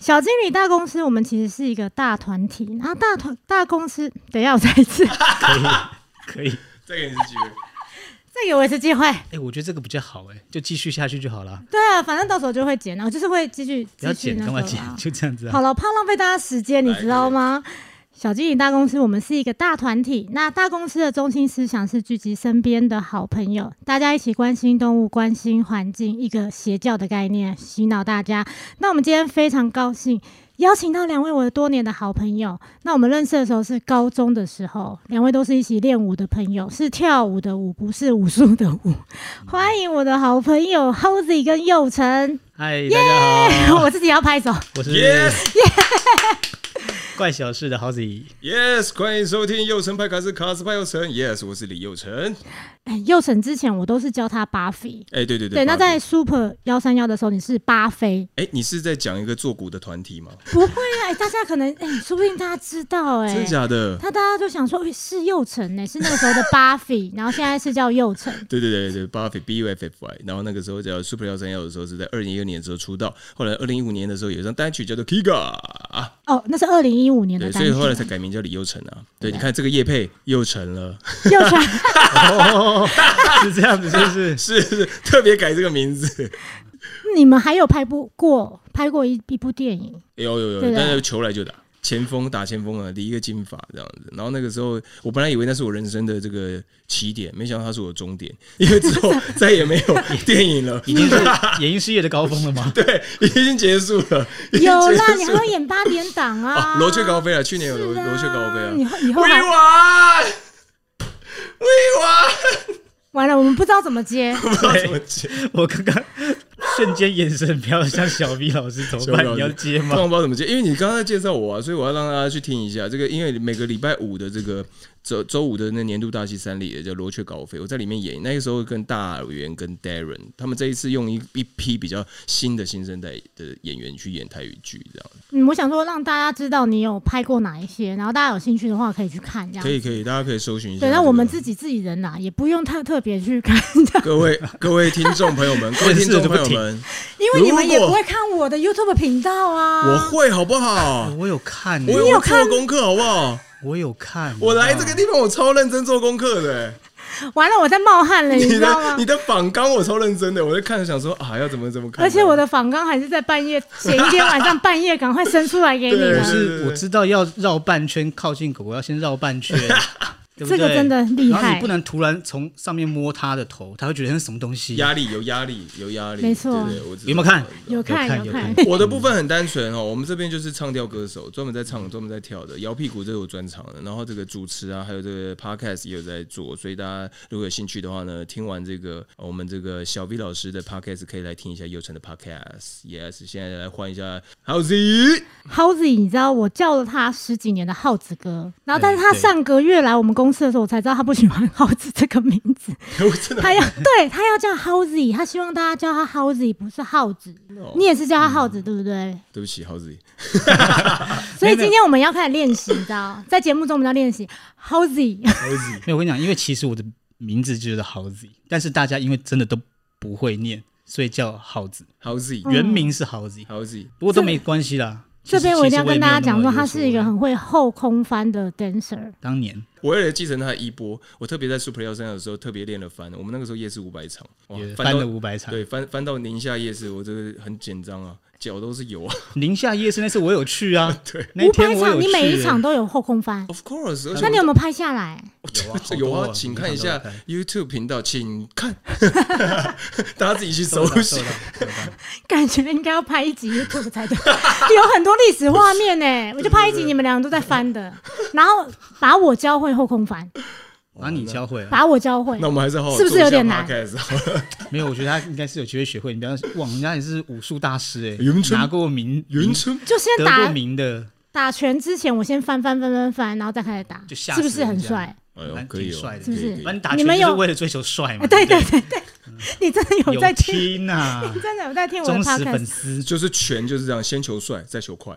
小经理大公司，我们其实是一个大团体。然后大团大公司，等一下我再一 次，可以可 以。再给你一次机会。再给我一次机会。哎、我觉得这个比较好哎、就继续下去就好了，对啊，反正到时候就会剪，然后就是会继续不要继续剪，那干个嘛啦。剪？就这样子 啊好。了，我怕浪费大家时间，你知道吗？小经理大公司，我们是一个大团体。那大公司的中心思想是聚集身边的好朋友，大家一起关心动物、关心环境，一个邪教的概念，洗脑大家。那我们今天非常高兴邀请到两位我的多年的好朋友。那我们认识的时候是高中的时候，两位都是一起练舞的朋友，是跳舞的舞，不是武术的舞。欢迎我的好朋友 Hosey 跟佑成，嗨，大家 好，我自己要拍手。我是 Yes 怪小事的豪子怡。 Yes，欢迎收听右城派卡斯卡斯派右城。Yes，我是李右城。哎，佑成之前我都是叫他巴菲。哎、对对对。对，那八在 Super 幺三幺的时候，你是巴菲，哎、你是在讲一个做股的团体吗？不会啊？哎，大家可能哎，说不定大家知道哎、真的假的？他大家就想说，哎是佑成呢，是那个时候的巴菲，然后现在是叫佑成。对对对对，Buffy B U F F Y，然后那个时候叫 Super 幺三幺的时候是在二零一二年的时候出道，后来二零一五年的时候有一张单曲叫做 Kiga，哦，那是二零一五年的对，单所曲以。后来才改名叫李佑成啊。对，你看这个叶配又成了， 佑成，哦，是这样子，是不 是？是是特别改这个名字。 你们还有拍不过拍过一一部电影？有有对有，的但是球来就打，前锋打前锋啊，理一个金发这样子。然后那个时候，我本来以为那是我人生的这个起点，没想到它是我的终点，因为之后再也没有电影 了，已经是演艺事业的高峰了吗？ 对，已经结束了。已经有 啦，结你还束了要演八点档啊哦，，罗雀高飞啊，去年有罗是啊罗雀高飞啊。你以后未还完，未完，完了，我们不知道怎么接。 不知道怎么接，我刚刚瞬间眼神飘向小 V 老师，怎 么办？你要接突吗？然不知道怎么接，因为你刚才介绍我啊，所以我要让大家去听一下这个，因为每个礼拜五的这个周周五的那年度大戏三里的叫《罗雀高飞》，我在里面演，那个时候跟大元跟 Darren 他们这一次用一一批比较新的新生代的演员去演台语剧，这样嗯，我想说让大家知道你有拍过哪一些，然后大家有兴趣的话可以去看，这样可以可以，大家可以搜寻一下。对，那我们这自己自己人啦、也不用太特别去看的，个各位各位听众朋友 们，各位听众朋友们，因为你们也不会看我的 YouTube 频道啊。我会好不好？我有看欸，哦我有做功课好不好？我有看，我来这个地方，我超认真做功课的、欸。完了，我在冒汗了，你你知道的吗你？的访纲我超认真的，我在看着想说啊，要怎么怎么看。而且我的的访纲还是在半夜前一天晚上半夜赶快生出来给你对我们。对对是对我知道要绕半圈靠近狗狗，要先绕半 圈，对不这对个真的厉害然后你不能突然从上面摸它的头，它会觉得是什么东西。压力有压力有压力，没错对对，我知道有没有看？有看有看有有看看，我的部分很单纯哦，我 们这边就是唱跳歌手，专门在唱、专门在跳的，摇屁股这是我专长的。然后这个主持啊，还有这个 podcast 也有在做，所以大家如果有兴趣的话呢，听完这个呃我们这个小 V 老师的 podcast，可以来听一下佑成的 podcast。Yes，现在来换一下 Howzy， Howzy，你知道我叫了他十几年的耗子哥，然后但是对他对上个月来我们公司的时候，我才知道他不喜欢 耗子这个名字， 我真 的他要对他要叫 Howzy，他希望大家叫他 Howzy，不是耗子。哦你也是叫他耗嗯子，对不对？对不起 Howzy，所以今天我们要开始练习，你知 道，在节目中我们要练习 Howzy。没有，我跟你讲，因为其实我的名字就是豪子，但是大家因为真的都不会念，所以叫豪子，嗯 Howzy，Howzy。原名是豪哦子，不过都没关系啦。这边我一定要其实跟大家讲说，其实我也没有那么他是一个很会后空翻的 dancer。当年我为了继承他的衣钵，我特别在 Super 幺三的时候特别练了翻。我们那个时候夜市五百场，哇也，到翻了五百场。哦对，翻翻到宁夏夜市，我这个很紧张啊，脚都是油啊。宁夏夜市那次我有去 啊，对，那五百天我场，有你去。每一场都有后空翻， Of course，而且那你有没有拍下 来？有啊我 有好啊多，哦请你看一看到下了看 YouTube 频道，请 看，大家自己去搜收寻到。收 到收到感觉应该要拍一集 YouTube 才 对，有很多历史画面呢。我就拍一集你们两个都在翻的，然后把我教会后空翻，把你教会了。把我教会那。我们还是好好是不是做一有下点难 podcast 好了没有，我觉得他应该是有机会学会。你不要哇，人家也是武术大师哎、咏春拿过名，云春就先得过打名的，打拳之前，我先翻翻翻翻翻，然后再开始打，就吓是不死是人很这样帅？哎呦，蛮可以挺哦，帅的可是以不是可以反正打你拳们就有是为了追求帅嘛。啊，对不对对对，你真的有在有听，听啊，真的有在听我的忠实粉 podcast。丝，就是拳就是这样，先求帅，再求快。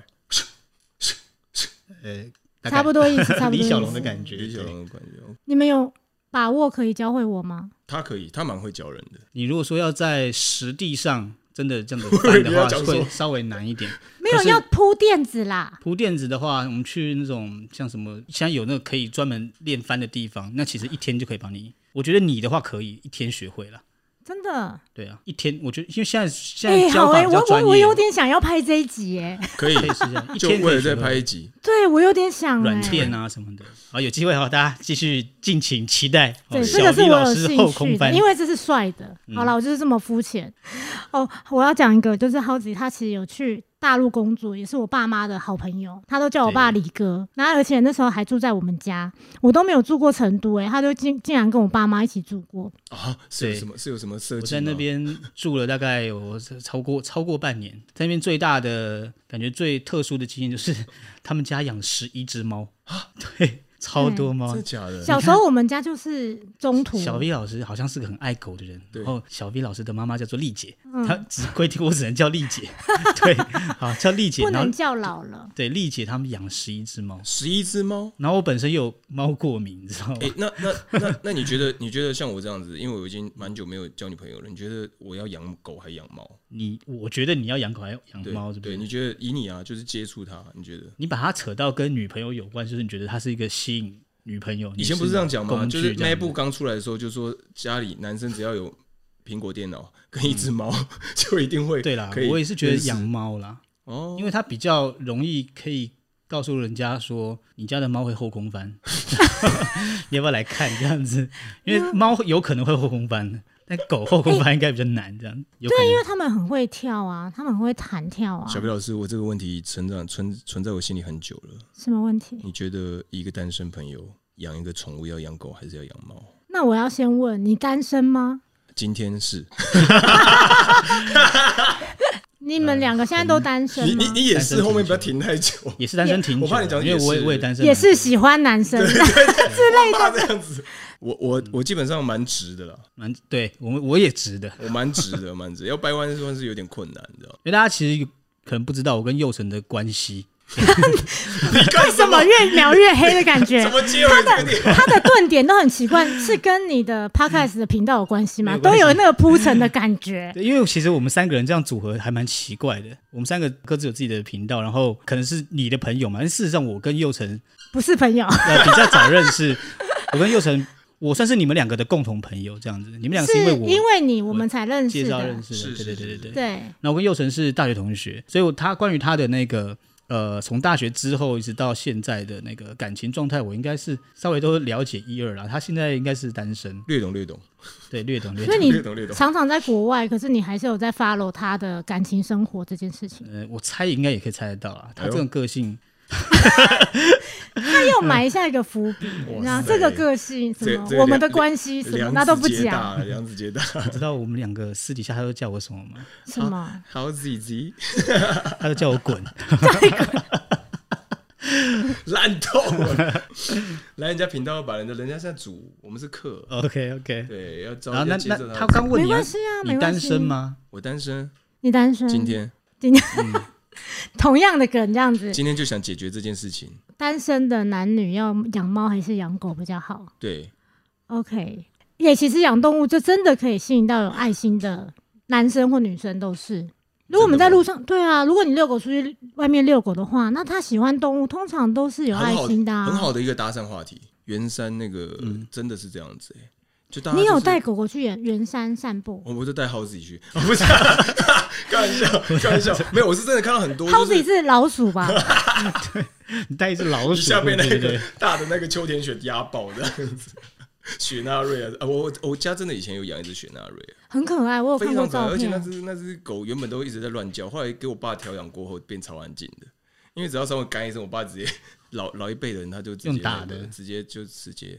呃，大概差不 多意思，差不多李小意龙的思。感觉。李小对龙的感觉，你们有把握可以教会我吗？他可以，他蛮会教人的。你如果说要在实地上真的这样 子翻你的要话讲什会么稍微难一点。没有可是要铺垫子啦，铺垫子的话，我们去那种像什么，现在有那个可以专门练翻的地方，那其实一天就可以帮你。我觉得你的话可以一天学会了，真的。对啊，一天。我觉得因为现在现哎、在教好法哎、比较我专我我业，有点想要拍这一集哎、可以可以试一下， 一就天为可了以再学会拍一集。对我有点想、哎软垫啊什么的。好，有机会好，大家继续敬请期待。哦对，小这个是李我老有师后兴空趣的，翻嗯因，为这是帅的。好了，我就是这么肤浅。哦，我要讲一个，就是浩子他其实有去大陆工作，也是我爸妈的好朋友，他都叫我爸李哥。然后而且那时候还住在我们家，我都没有住过成都、欸，哎，他就竟竟然跟我爸妈一起住过。啊，是有对什么是有什么设计我吗？在那边住了大概有超过超过半年，在那边最大的感觉最特殊的经验就是他们家养十一只猫啊 对，超多猫嗯真的。假哦的？小时候我们家就是中途，小 V 老师好像是个很爱狗的人，对然后小 V 老师的妈妈叫做丽姐，嗯她只规定我只能叫丽姐， 对，好叫丽姐，不然能后叫老了。对丽姐他们养十一只猫，十一只猫。然后我本身又有猫过敏，你知道吗？哎、那那那那你觉得你觉得像我这样子，因为我已经蛮久没有交女朋友了，你觉得我要养狗还养猫？你我觉得你要养狗还要养对猫，对不对，你觉得以你啊，就是接触它，你觉得你把它扯到跟女朋友有关，就是你觉得它是一个吸引女朋友。以前不是这样讲吗？工就具是这样 MacBook 刚出来的时候，就说家里男生只要有苹果电脑跟一只猫， 就一定嗯会对啦可以，我也是觉得认识养猫啦，哦，因为它比较容易可以告诉人家说你家的猫会后空 翻，你要不要来看这样子？因为猫有可能会后空翻，但狗后空翻应该比较难，这样有可啊对，因为能。他们很会跳啊，他们很会弹跳啊小。皮老师，我这个问题成长存存在我心里很久了。什么问题？嗯你觉得一个单身朋友养一个宠物要养狗还是要养猫？那我要先问你单身吗？今天是你哎们两个现在都单身你吗？你你也单身是，后面挺不要久停太 久，也是单身挺久的，我怕你讲因为我也也是我也单身也蛮久的，是喜欢男生，我怕这样子。我我我基本上蛮直的啦，蛮对我们我也值的。我蛮直的，蛮直。要掰弯算是有点困难，你知道吗？因为大家其实可能不知道我跟佑成的关系，为什么越描越黑的感 觉怎？么接回这个点？他的顿点都很奇怪，是跟你的 podcast 的频道有关系吗？没有关都系有那个铺陈的感觉。对，因为其实我们三个人这样组合还蛮奇怪的。我们三个各自有自己的频道，然后可能是你的朋友嘛，但事实上我跟佑成不是朋友，呃比较早认识，我跟佑成我算是你们两个的共同朋友这样子。你们两个是是因为我因为你我们才认介识绍的认。识是的，是对对对是对是对。对，那我跟佑成是大学同学，所以我他关于他的那个呃，从大学之后一直到现在的那个感情状态，我应该是稍微都了解一二啦。他现在应该是单身，略懂略懂对，略懂略所懂以。略你懂略懂。常常在国外，可是你还是有在 follow 他的感情生活这件事情。呃，我猜应该也可以猜得到啊，哎他这种个 性，他又埋下一个伏笔，哇然后塞这个个性什这么这，我们的两关系什么，梁那都不子皆讲大，啊梁子皆大， 你知道我们两个私底下他都叫我什么吗？什么。好子子他都叫我 滚。烂透 了。来人家频道把人家人家现在主，我们是客，嗯 OK OK。对，要招然后那要接那着他他。刚问没你啊关系啊，没你关单系身？吗？我单身，你单身？今天今天同样的梗这样子，今天就想解决这件事情。单身的男女要养猫还是养狗比较好对， ？OK，也其实养动物就真的可以吸引到有爱心的男生或女生都是。如果我们在路上，对啊，如果你遛狗出去外面遛狗的话，那他喜欢动物，通常都是有爱很好心的、啊很好的一个搭讪话题。圆山那个嗯真的是这样子，哎，就大家你有就是带狗狗去圆圆山散步，我我就带耗子己去， 啊不是，开玩笑，开玩笑，没有，我是真的看到很多，耗就子是是老鼠 吧？你带一只老你鼠，下被那对不个对大的那个秋田雪压爆的样子。雪纳瑞啊，啊我我我家真的以前有养一只雪纳瑞、啊很可爱，我有非看过常可爱，照而且那片。啊只那只狗原本都一直在乱叫，后来给我爸调养过后变超安静的，因为只要稍微干一声，我爸直接老老一辈人他就直接用打那个的直接就直接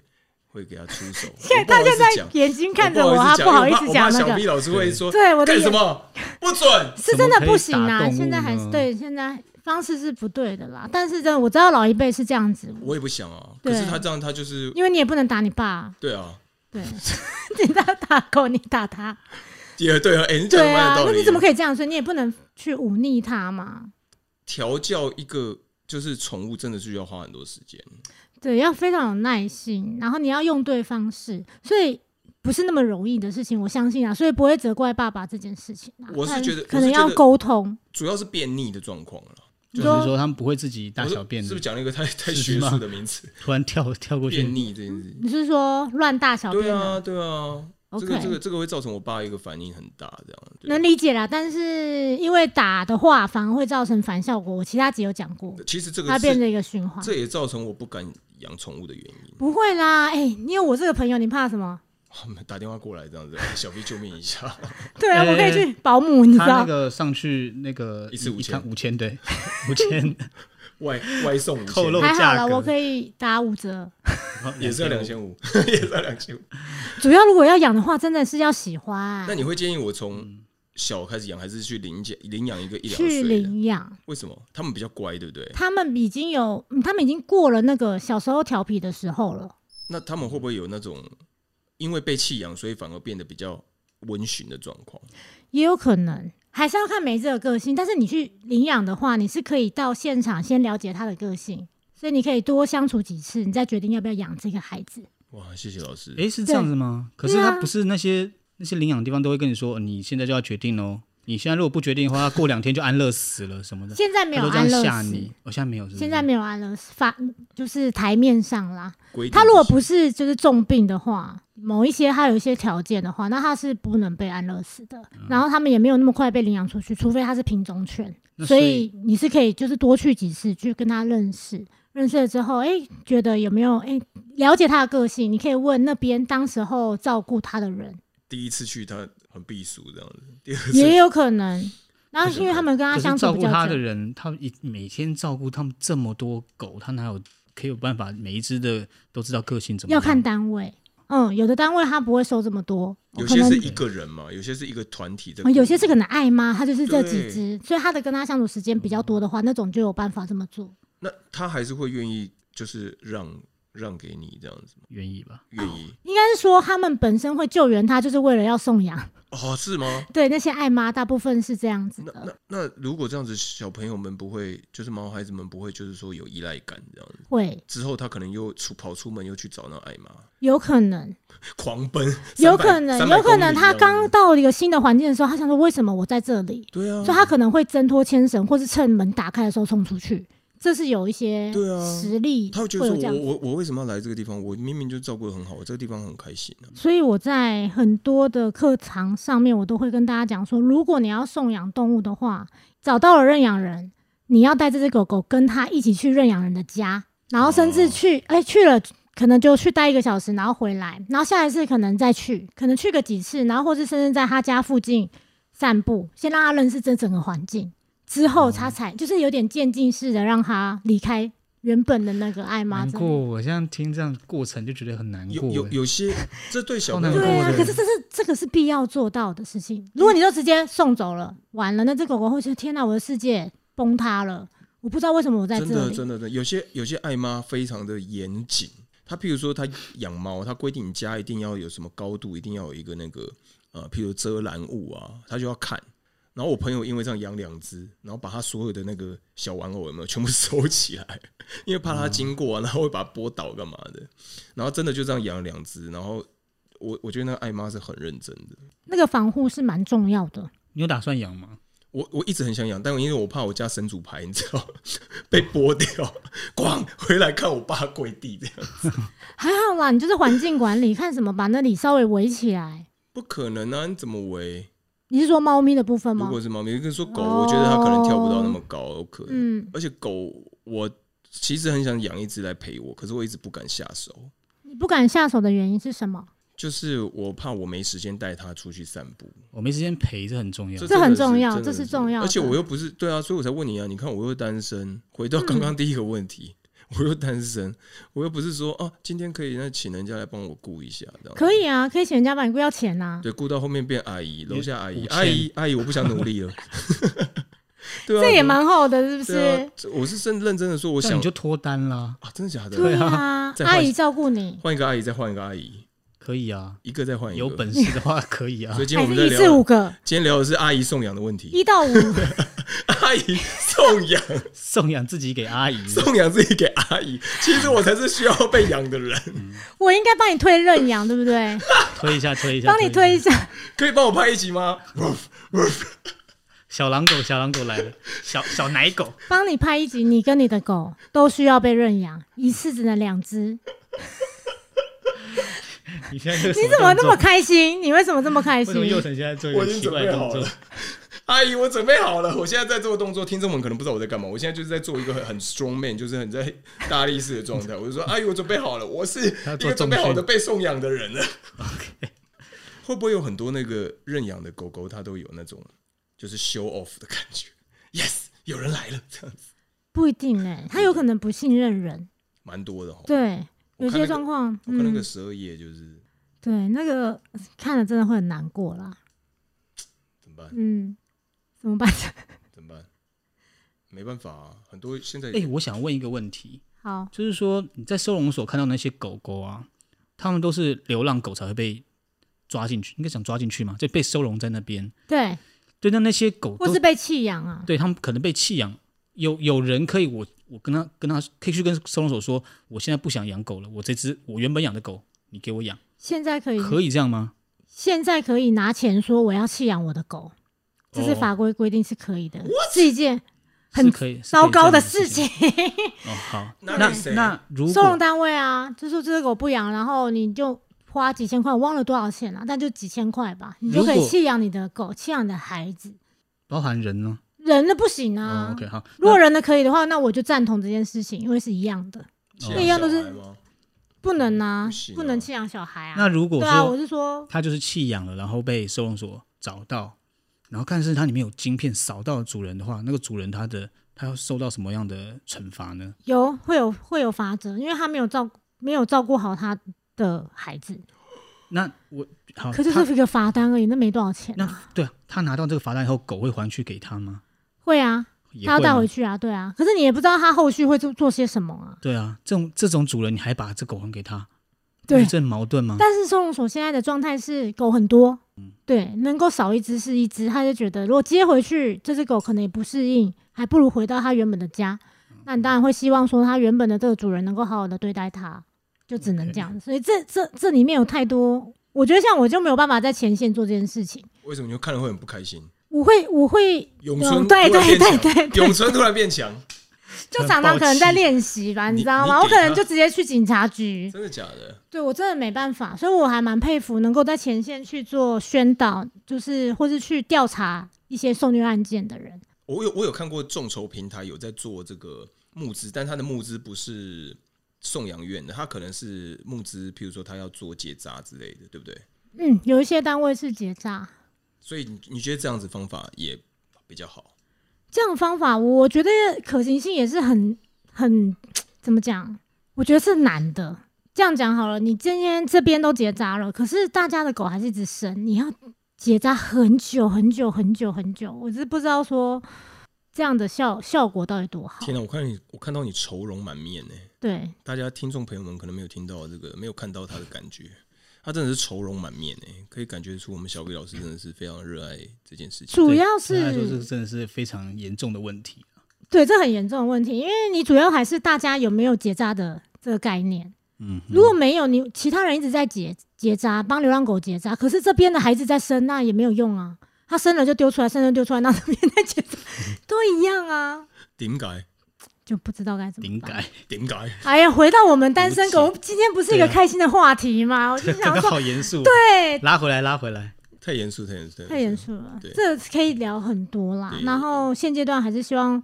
会给他出 手。现我不他好意现思在讲眼睛看着我我，他不好意因思为我怕讲那我怕小 B 个，老师会说对我的干什眼么不准。是真的不行怎么可以啊！打动物呢现在还是对，现在方式是不对的啦。但是真的，我知道老一辈是这样子，我也不想啊，对可是他这样，他就是因为你也不能打你爸，对啊，对， 你打打狗，你打他，也对啊，哎、你讲的对蛮有啊，道那理。你怎么可以这样？所以你也不能去忤逆他嘛，调教一个就是宠物，真的是需要花很多时间。对，要非常有耐心，然后你要用对方式，所以。不是那么容易的事情，我相信啊，所以不会责怪爸爸这件事情啊。我是但觉得可我是能觉要得沟通，主要是便溺的状况了。你就是说他们不会自己大我是小便是的不是，讲了一个 太是太学吗术的名词？突然跳跳过便去，溺这件事情，你是说乱大小对便啊，啊？对啊，这 OK 个这个这个会造成我爸一个反应很大，这样对。能理解啦，但是因为打的话反而会造成反效果。我其他集有讲过，其实这个它变是成一个循环。这也造成我不敢养宠物的原因。不会啦，哎、你有我这个朋友，你怕什么？他们打电话过来这样子，小 B 救命一下， 对啊，哎我可以去保姆，你知他那道？个上去那个一次五5000千，五千对，五千外外送五 千扣肉还好价啦，格我可以打五折。也是要两。千五，也是要两千五。主要如果要养的话，真的是要喜欢那你会建议我从小开始养，还是去领养领养一个一两去岁的？领养。为什么？他们比较乖，对不对？他们已经有，嗯他们已经过了那个小时候调皮的时候了。那他们会不会有那种因为被弃养，所以反而变得比较温驯的状况？也有可能还是要看每一只的个性，但是你去领养的话，你是可以到现场先了解他的个性，所以你可以多相处几次，你再决定要不要养这个孩子。哇，谢谢老师。哎，是这样子吗？可是对啊他不是那些那些领养地方都会跟你说，哦你现在就要决定哦。你现在如果不决定的话，过两天就安乐死了什么的，现在没他有都这安样乐吓死你。，我现在没有，是不是现在没有安乐死，法就是台面上啦。规定他如果是不是就是重病的话，某一些他有一些条件的话，那他是不能被安乐死的。嗯然后他们也没有那么快被领养出去，除非他是品种犬。那所所以你是可以就是多去几次去跟他认识，认识了之后，哎、觉得有没有哎、了解他的个性，你可以问那边当时候照顾他的人，第一次去，他很避暑这样子。第二次也有可能。然后可是因为他们跟他可相处是照比顾较他久的，人，他一每天照顾他们这么多狗，他哪有可以有办法每一只的都知道个性怎么要样？看单位。嗯，有的单位他不会收这么多，有哦可些能是一个人嘛，有些是一个团体在啊过。有些是可能爱妈，她就是这几对只，所以她的跟她相处时间比较多的话，那种就有办法这么做。那他还是会愿意，就是让让给你这样子吗？愿意吧？愿意应该是说他们本身会救援它，就是为了要送养。 哦？是吗？对，那些爱妈大部分是这样子那的。那那如果这样子，小朋友们不会，就是毛孩子们不会，就是说有依赖感这样子。会之后他可能又出跑出门，又去找那艾玛，有可能，狂奔，有300可能， 300有可公里能，这他样刚子到一个新的环境的时候，他想说为什么我在这里，对啊，所以他可能会挣脱牵绳，或是趁门打开的时候冲出去。这是有一些对啊实力他会觉会得有说这样我子。我我为什么要来这个地方？我明明就照顾的很好，我这个地方很开心啊。嗯所以我在很多的课堂上面，我都会跟大家讲说，如果你要送养动物的话，找到了认养人，你要带这只狗狗跟他一起去认养人的家，然后甚哦至去，哎、去了。可能就去待一个小时，然后回来，然后下一次可能再去，可能去个几次，然后或是甚至在他家附近散步，先让他认识这整个环境，之哦后他才、就是有点渐进式的让他离开原本的那个爱妈难这过，里。我现在听这样的过程就觉得很难有过。欸有有些， 这对小超朋难友过哦对啊，的可是这是这个是必要做到的事情。如果你都直接送走了，完了，那只狗狗会觉得天哪，我的世界崩塌了，我不知道为什么我在真这的里。真的真的，有些有些爱妈非常的严谨。她譬如说，她养猫，她规定你家一定要有什么高度，一定要有一个那个呃，譬如遮拦物啊，她就要看。然后我朋友因为这样养两只，然后把他所有的那个小玩偶有没有全部收起来，因为怕它经过、啊，然后会把它拨倒干嘛的。然后真的就这样养了两只，然后我我觉得那个爱妈是很认真的。那个防护是蛮重要的。你有打算养吗？我我一直很想养，但我因为我怕我家神主牌，你知道被剥掉，咣回来看我爸跪地这样，还好啦，你就是环境管理，看什么把那里稍微围起来。不可能啊！你怎么围？你是说猫咪的部分如吗？果是猫咪，跟说狗，哦我觉得它可能跳不到那么高，有可能。嗯，而且狗，我其实很想养一只来陪我，可是我一直不敢下手，你不敢下手的原因是什么？就是我怕我没时间带它出去散步。我没时间陪，这很重要。这真的很是重要真的这是重要的而且我又不是对啊，所以我才问你啊。你看我又单身，回到刚嗯刚第一个问题，我又单身，我又不是说啊，今天可以那请人家来帮我顾一下，这样可。以啊啊，可以请人家帮你要钱呐、对，顾到后面变阿姨，楼下阿姨五，千阿姨，阿姨，我不想努力了。 对啊，这也我蛮好的，是不对啊是？这我是真认真的说，我那想你就脱单啦，啊，真的假的？对对啊， 再换阿姨照顾你，换一个阿姨，再换一个阿姨，可以啊，一个再换一个。有 本事的话可以啊所以。今天还我是们在一次聊，五个，今天聊的是阿姨送养的问题。一到五，阿姨送养，送养自己给阿姨， 送养自己给阿姨。其实我才是需要被养的人， 我应该帮你推认养，对不对？推一下，推一下，帮你推一一下。下，可以帮我拍一集吗？小狼狗，小狼狗来了，小小 奶狗，帮你拍一集，你跟你的狗都需要被认养，一次只能两只。你现在这个你怎么动那作么开心？你为什么这么开为心什？么佑成现在做一 我已个经奇怪的准备动好作了？ 阿姨，我准备好了，我现在在做动作，听众们可能不知道我在干嘛。我现在就是在做一个很很 strong man，就是很在大力士的状态。我 就说，阿姨，我准备好了，我是他一做个准重备好训的被送养的人了。会不会有很多那个认养的狗狗，它都有那种就是 show off 的感觉？Yes，有人来了，这样子不一定哎、他有可能不信任人。蛮多的哦。对，我有看那些个状况，我看那个嗯，十二页就是对，那个看了真的会很难过啦。怎么办？嗯，怎么办？怎么办？没办法啊，很多现在哎、我想问一个问题，好，就是说你在收容所看到那些狗狗啊，它们都是流浪狗才会被抓进去，应该想抓进去嘛，就被收容在那边。对，对，那那些狗或都是被弃养啊，对他们可能被弃养，有有人可以我我跟他跟他可以去跟收容所说，我现在不想养狗了，我这只我原本养的狗你给我养，现在可以，可以这样吗？现在可以拿钱说我要弃养我的狗，这是哦法规规定是可以的，是一件是很可以是可以糟糕这样的的事情情。哦。好，那那那谁那如收容果单位啊，就说这只狗不养，然后你就花几千块，我忘了多少钱了、但就几千块吧，你就可如以果弃养你的狗，弃养你的孩子。包含人呢、人的不行哦啊， ，OK 好，如果人的可以的话，那我就赞同这件事情，因为是一样的，现那在一样都小是孩吗不嗯能啊，不不行啊能弃养小孩啊。哦那如果对啊，说我是说，他就是弃养了，然后被收容所找到，然后但是它里面有晶片扫到主人的话，那个主人他的他要受到什么样的惩罚呢？有会有会有法则，因为他没有照没有照顾好他的孩子，那我好，可就哦他是一个罚单而已，那没多少钱啊、那对啊，他拿到这个罚单以后，狗会还去给他吗？会啊，也他要会带吗回去啊，对啊。可是你也不知道他后续会做做些什么啊，对啊，这种这种主人你还把这狗还给他，对那。这很矛盾吗？但是收容所现在的状态是狗很多，对，能够少一只是一只，他就觉得如果接回去，这只狗可能也不适应，还不如回到它原本的家。那你当然会希望说它原本的这个主人能够好好的对待它，就只嗯能这样。所以这这这里面有太多，我觉得像我就没有办法在前线做这件事情，为什么你会看了会很不开心？我会我会嗯咏春啊对突然对变对强，对对咏春突然变强，就常常可能在练习吧，你你知道吗？你我给可能它就直接去警察局，真的假的？对我真的没办法，所以我还蛮佩服能够在前线去做宣导，就是或是去调查一些受虐案件的人。我有我有看过众筹平台有在做这个募资，但他的募资不是送养院的，他可能是募资，譬如说他要做结扎之类的，对不对？嗯，有一些单位是结扎，所以你你觉得这样子方法也比较好？这样的方法我觉得可行性也是很很怎么讲？我觉得是难的。这样讲好了，你今天这边都结扎了，可是大家的狗还是一直生，你要结扎很久很久很久很久，我是不知道说这样的效效果到底多好。天哪、我看你，我看到你愁容满面呢、对，大家听众朋友们可能没有听到这个，没有看到他的感觉，他真的是愁容满面呢、可以感觉出我们小伟老师真的是非常热爱这件事情。主要对他来说，是这个真的是非常严重的问题。对，这很严重的问题，因为你主要还是大家有没有结扎的这个概念。嗯哼，如果没有，你其他人一直在结结扎，帮流浪狗结扎，可是这边的孩子在生，那也没有用啊。他生了就丢出来，生了就丢出来，那这边在结扎嗯 都一样啊，顶改就不知道该怎么灵办。感，顶改，哎呀，回到我们单身无狗，今天不是一个对啊开心的话题吗？我就这 想个说，好严肃，对，拉回来，拉回来。太严肃，太严肃，太严。肃了对，这可以聊很多啦对。然后现阶段还是希望，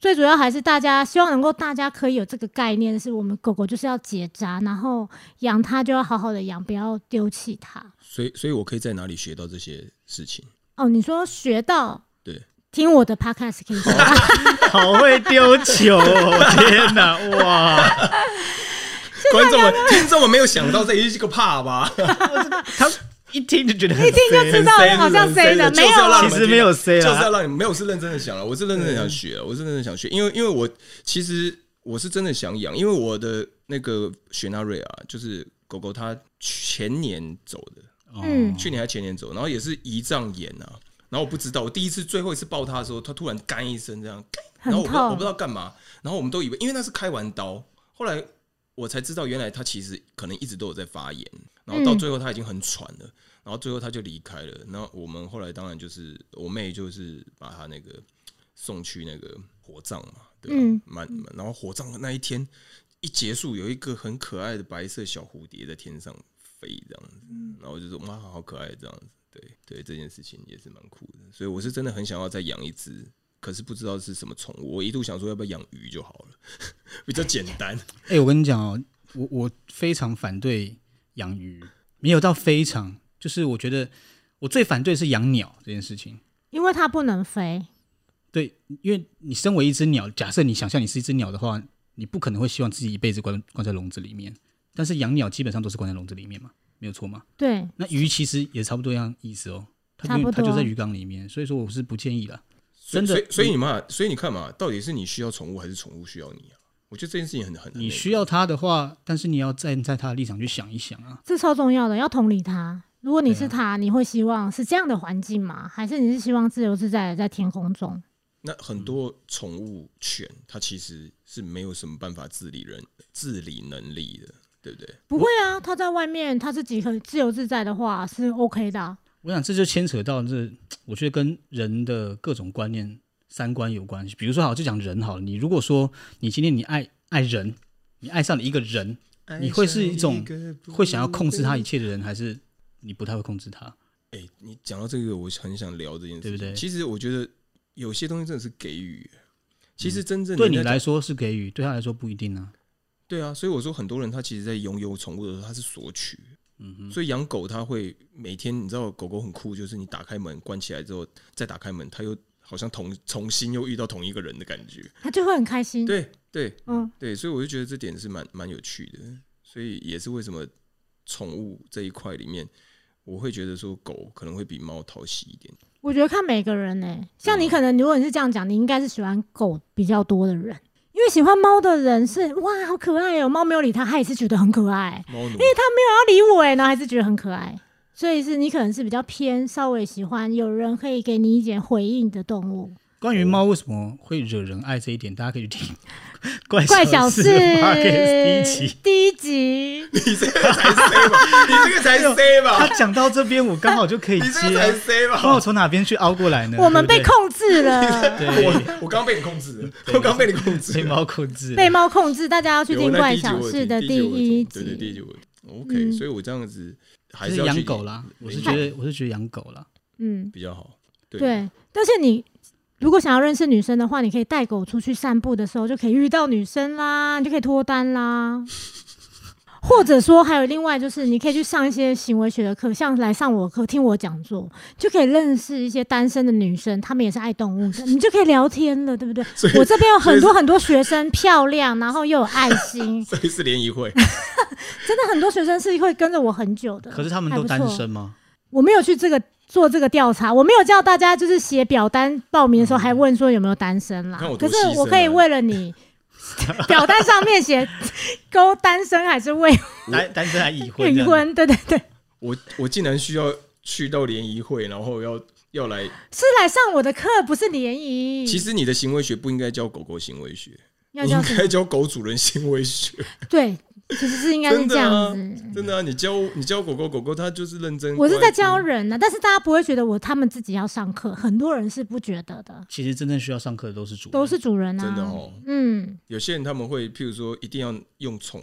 最主要还是大家希望能够大家可以有这个概念，是我们狗狗就是要结扎，然后养它就要好好的养，不要丢弃它。所以，所以我可以在哪里学到这些事情？哦，你说学到对，听我的 podcast 可以学哦到好会丢球、哦！ 天哪，哇，观众们、听众们没有想到这一个怕吧？他一听就觉得很一听就知道了，好像谁的很 C 没就是有要让啦你其们实没有 C 啊就是要啦，让你没有是认真的想了，我是认真的想学，嗯我是认真的想学，因为因为我其实我是真的想养，因为我的那个雪纳瑞啊，就是狗狗它前年走的，哦嗯去年还前年走，然后也是胰脏炎啊。然后我不知道，我第一次最后一次抱他的时候，他突然干一声这样，干很然后我不知道痛我不知道干嘛，然后我们都以为因为那是开完刀，后来我才知道原来他其实可能一直都有在发炎，然后到嗯最后他已经很喘了，然后最后他就离开了，然后我们后来当然就是我妹就是把他那个送去那个火葬嘛，对吧？嗯蛮、蛮然后火葬的那一天一结束，有一个很可爱的白色小蝴蝶在天上飞这样子，嗯然后我就说哇，好可爱这样子。对对，这件事情也是蛮酷的，所以我是真的很想要再养一只，可是不知道是什么宠物。我一度想说要不要养鱼就好了， 比较简 单。哎、我跟你讲哦，我我非常反对养鱼，没有到非常，就是我觉得我最反对是养鸟这件事情。 因为它不能飞，对，因为你身为一只鸟，假设你想象你是一只鸟的话，你不可能会希望自己一辈子关关在笼子里面。但是养鸟基本上都是关在笼子里面嘛，没有错嘛。对，那鱼其实也差不多一样意思哦，它差就不它就多在鱼缸里面，所以说我是不建议的。真的所以所以你嘛，所以你看嘛，到底是你需要宠物还是宠物需要你啊？我觉得这件事情很很你需要它的话，但是你要站在它的立场去想一想啊。这超重要的，要同理它。如果你对是啊它，你会希望是这样的环境吗？还是你是希望自由自在的在天空中？那很多宠物犬，它其实是没有什么办法自理人自理能力的，对不对？不会啊，它在外面，它自己很自由自在的话是 OK 的啊、我想这就牵扯到这，我觉得跟人的各种观念、三观有关系。比如说，好，就讲人好了，你如果说你今天你爱爱人，你爱上了一个人，你会是哎一种会想要控制他一切的人，还是你不太会控制他？哎、你讲到这个，我很想聊这件事情。对不对其实我觉得有些东西真的是给予。其实真正嗯对人你家讲来说是给予，对他来说不一定啊。对啊，所以我说很多人他其实，在拥有宠物的时候，他是索取。嗯哼，所以养狗它会每天，你知道狗狗很酷，就是你打开门关起来之后，再打开门，它又好像同重新又遇到同一个人的感觉。它就会很开心。对对嗯，对，所以我就觉得这点是蛮蛮有趣的，所以也是为什么宠物这一块里面，我会觉得说狗可能会比猫讨喜一点。我觉得看每个人呢、像你嗯可能如果你是这样讲，你应该是喜欢狗比较多的人，因为喜欢猫的人是哇好可爱哦、猫没有理它，它也是觉得很可爱，猫奴它理我哎、然后还是觉得很可爱，所以是你可能是比较偏稍微喜欢有人可以给你一点回应的动物。关于猫为什么会惹人爱这一点，大家可以去听 怪怪小小事事 Podcast 第一集。第一集，你这个才 C 吧，你这个才 C 他吧，讲到这边，我刚好就可以你这个接才啊。不 C 知道吧我。从哪边去凹过来呢？哦我们对被不控制了，对我我刚被你控制了， 我刚被你控制对被了。猫控制。被猫控制，大家要去有听那怪第一集小我有事听的第第一一集。集我有听对对，第一集我有听 OK，、嗯所以我这样子还就是是要养去狗啦，我是领觉得我是觉得养狗啦。嗯。比较好。对， 对，但是你如果想要认识女生的话，你可以带狗出去散步的时候，就可以遇到女生啦，你就可以脱单啦。或者说，还有另外就是，你可以去上一些行为学的课，像来上我的课，听我讲座，就可以认识一些单身的女生，她们也是爱动物的，你就可以聊天了，对不对？ 所以我这边有很多很多学生，漂亮，然后又有爱 心，所以是联谊会，真的很多学生是会跟着我很久的。可是他们还都不单错身吗？我没有去这个做这个调查，我没有叫大家就是写表单报名的时候还问说有没有单身啦看我。多可是牺牲我可以啊为了你， 表单上面写勾单身还是未单单身还已婚？已。婚，对对对，我我竟然需要去到联谊会，然后要要来。是来上我的课，不是联谊。其实你的行为学不应该教狗狗行为学，要你叫应什该么？教狗主人行为学。对，其实是应该是真这的样啊子。，真的啊！你教你教狗狗，狗狗它就是认真。嗯我是在乖教人啊呢、但是大家不会觉得我他们自己要上课，很多人是不觉得的，其实真正需要上课的都是主人，都是主人啊。真的哦。嗯，有些人他们会，譬如说，一定要用宠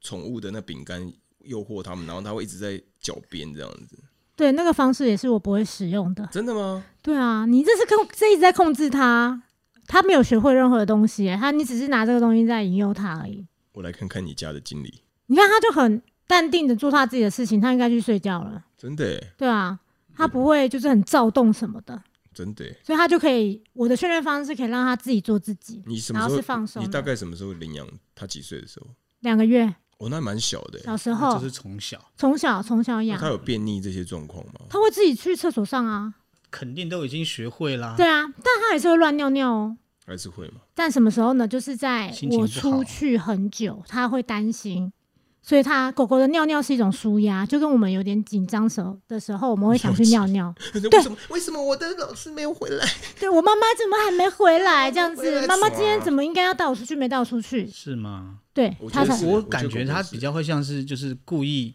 宠物的那饼干诱惑他们，然后他会一直在脚边这样子。对，那个方式也是我不会使用的。真的吗？对啊，你这是控，这一直在控制他，他没有学会任何的东西欸耶，他你只是拿这个东西在引诱他而已。我来看看你家的经理，你看，他就很淡定的做他自己的事情，他应该去睡觉了，真的耶，对啊，他不会就是很躁动什么的，真的耶。所以他就可以，我的训练方式可以让他自己做自己。你什么然时后候是放松的，你大概什么时候领养它？几岁的时候？两个月，哦，那蛮小的欸。小时那候就是从小从小从小那养它，有便秘这些状况吗？他会自己去厕所上啊，肯定都已经学会啦。对啊，但他还是会乱尿尿哦。还是会吗？但什么时候呢？就是在心情我不好出去很久，他会担心，所以它狗狗的尿尿是一种舒压，就跟我们有点紧张时候的时候，我们会想去尿尿。 为什么为什么我的老师没有回来？对我妈妈怎么还没回来？这样回来子，妈妈爽啊今天怎么应该要带我出去，没带我出去？是吗？对我觉她得才是我我感觉觉得他是比较会像是就是故意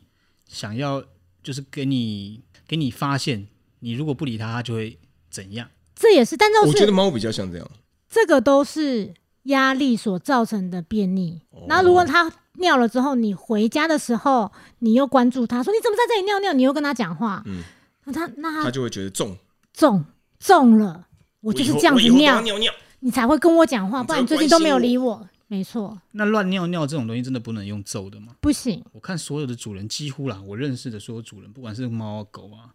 想要就是给你给你发现，你如果不理他，他就会怎样？这也是，但我就觉得是啊猫比较像这样，这个都是压力所造成的便秘哦。然后如果它尿了之后，你回家的时候，你又关注它，说你怎么在这里尿尿？你又跟它讲话，嗯那它那它它就会觉得中。中中了，我就是以后这样我子以后都要尿，尿尿。你才会跟我讲话，你不才然你最近关都心没有我理我。没错，那乱尿尿这种东西真的不能用揍的吗？不行。我看所有的主人几乎啦，我认识的所有主人，不管是猫啊狗啊，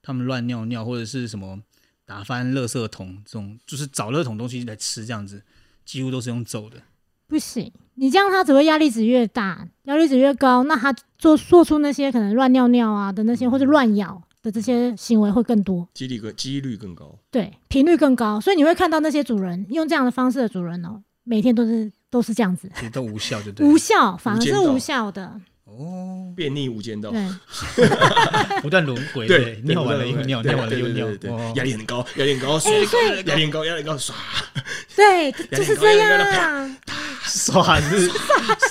他们乱尿尿或者是什么打翻垃圾桶这种，就是找垃圾桶东西来吃这样子，几乎都是用揍的。不行，你这样它只会压力值越大，压力值越高，那它做做出那些可能乱尿尿啊的那些，或者乱咬的这些行为会更多，几率更几率更高，对，频率更高。所以你会看到那些主人用这样的方式的主人哦，每天都是都是这样子，其实都无效，就对了。无效，反而无是间道无效的，哦，便利无间道。对，不断轮回，对，尿完了又对尿，对尿完了对又对尿对，对哇压力很高，压力很高，哎、所以压力很高，压力很高，唰，对，就是这样。耍是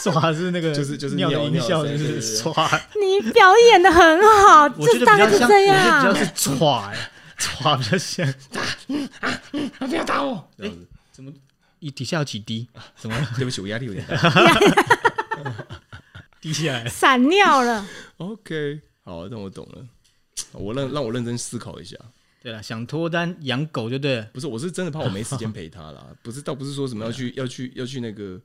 耍是那个，就是就是尿的尿音效，尿就是声对对对耍。 你表演的很好，就我觉是得比大概较是像，这我觉得样比。较是耍，哎，耍比较像。啊不要打我！这样子一底下有几滴，怎么了对不起，我压力有点大。滴下来？闪尿 了， OK，好，让我懂了。我让让我认真思考一下，对了，想脱单养狗就对了。不是，我是真的怕我没时间陪他啦，不是，倒不是说什么要去要去要去那个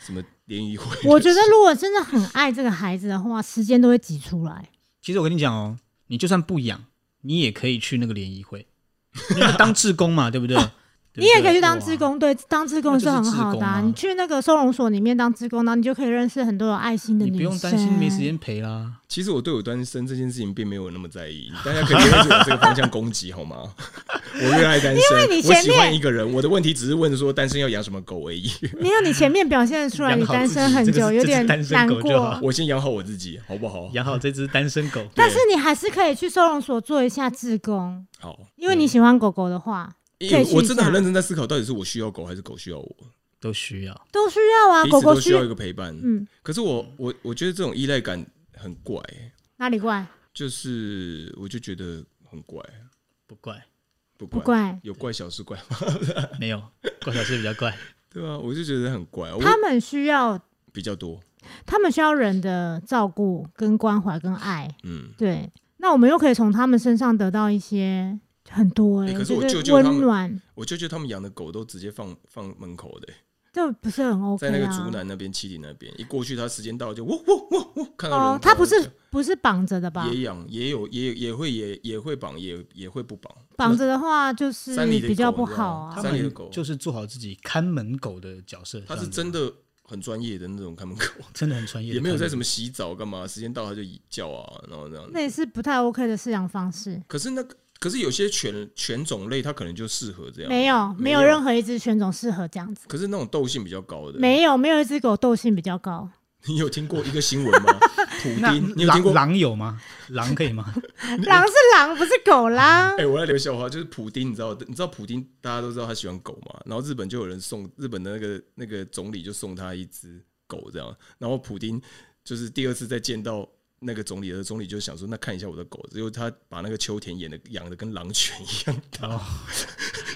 什么联谊会，我觉得如果真的很爱这个孩子的话，时间都会挤出来。其实我跟你讲哦，你就算不养，你也可以去那个联谊会， 你要当志工嘛，对不对？对你不对也可以去当志。哇工，对，当志工很好的、啊那就是志工啊你去那个收容所里面当志工，然后你就可以认识很多有爱心的 你女生。不用担心没时。间陪啦，其实我对我单身这件事情并没有那么在意，大家可以对我这个方向攻击好吗？ 我热爱单身，因为你前我面喜欢一个人，我的问题只是问说单身要养什么狗而已。没有，你前面表现出来养你好单自己身很这个久，是有这是点单身难狗就好过。我先养好我自己，好不好？养好这只单身狗。但是你还是可以去收容所做一下志工，好，因为你喜欢狗狗的话，因可以为试一下我真的很认真在思考，到底是我需要狗还是狗需要我？ 都需要，都需要啊，彼狗此狗都需需要一个陪伴。嗯，可是我我我觉得这种依赖感很怪、哪里怪？就是我就觉得很怪，不怪，不怪不怪，有怪小事怪吗？ 没有怪小事比较怪。对啊，我就觉得很怪，我他们需要比较多，他们需要人的照顾、跟关怀、跟爱。嗯。对，那我们又可以从他们身上得到一些很多、欸，欸可是我我觉舅得舅他们温暖。我就觉得他们养的狗都直接放放门口的、这不是很 OK 在啊。那个竹南那边、七里那边，一过去，他时间到了就喔喔喔喔，看到人哦口，他不是不是绑着的吧？也养，也有也也会也也会绑，也也会不绑。绑着的话就是山里的比较狗不你知道好啊吗他。山里的们狗就是做好自己看门狗的角色，他这是样真子的很专业的那种看 门狗，真的很专业的也看门狗，没有在什么洗澡干嘛，时间到他就叫啊，然后这样。那也是不太 OK 的饲养方式。可是那个，可是有些犬犬种类，它可能就适合这样。没有，啊没没有有任何一只犬种适合这样子。可是那种斗性比较高的，没有，没有一只狗斗性比较 高。你有听过一个 新闻吗？普那丁，你有听狼过？狼有吗？狼可以吗？狼是狼，不是狗 啦哎、。我要留笑话，就是普丁，你知道，你知道普丁，大家都知道他喜欢狗嘛，然后日本就有人送日本的那个那个总理就送他一只狗这样，然后普丁就是第二次再见到那个总理的时候，总理就想说，那看一下我的狗，结果他把那个秋田演的养的跟狼犬一样大，哦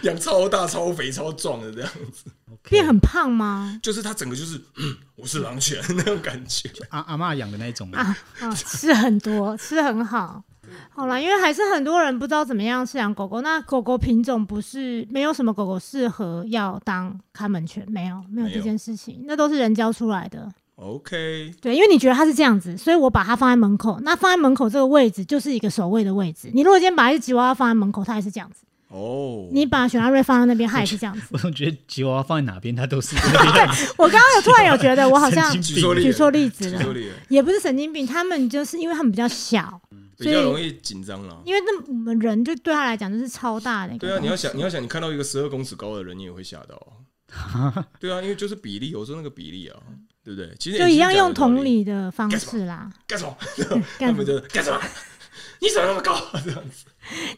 养超大、超肥、超壮的这样子，变很胖吗？就是他整个就是、 嗯、我是狼犬那种感觉，阿阿嬷养的那一种吗？啊，吃很多，吃很好。好啦，因为还是很多人不知道怎么样饲养狗狗。那狗狗品种不是没有什么狗狗适合要当看门犬，没有，没有没这有件事情，那都是人教出来的。 OK，对，因为你觉得它是这样子，所以我把它放在门口。那放在门口这个位置就是一个守卫的位置。你如果今天把一只吉娃娃放在门口，它也是这样子；哦、你把雪纳瑞放在那边，它也是这样子。 我总觉得吉娃娃放在哪边，它都是那个样子我刚刚有突然有觉得我好像神举经说病例举错例子说了，理了也不是神经病，他们就是因为他们比较小，比较容易紧张了。因为那我们人就对他来讲就是超大的一个对啊，东西。 你要想，你要想，你看到一个十二公尺高的人，你也会吓到啊。对啊，因为就是比例，有时候那个比例啊，对不对？其实就一样用同理理的方式啦。 干什么，他干们就干什么， 你怎么那么高这样子？哎，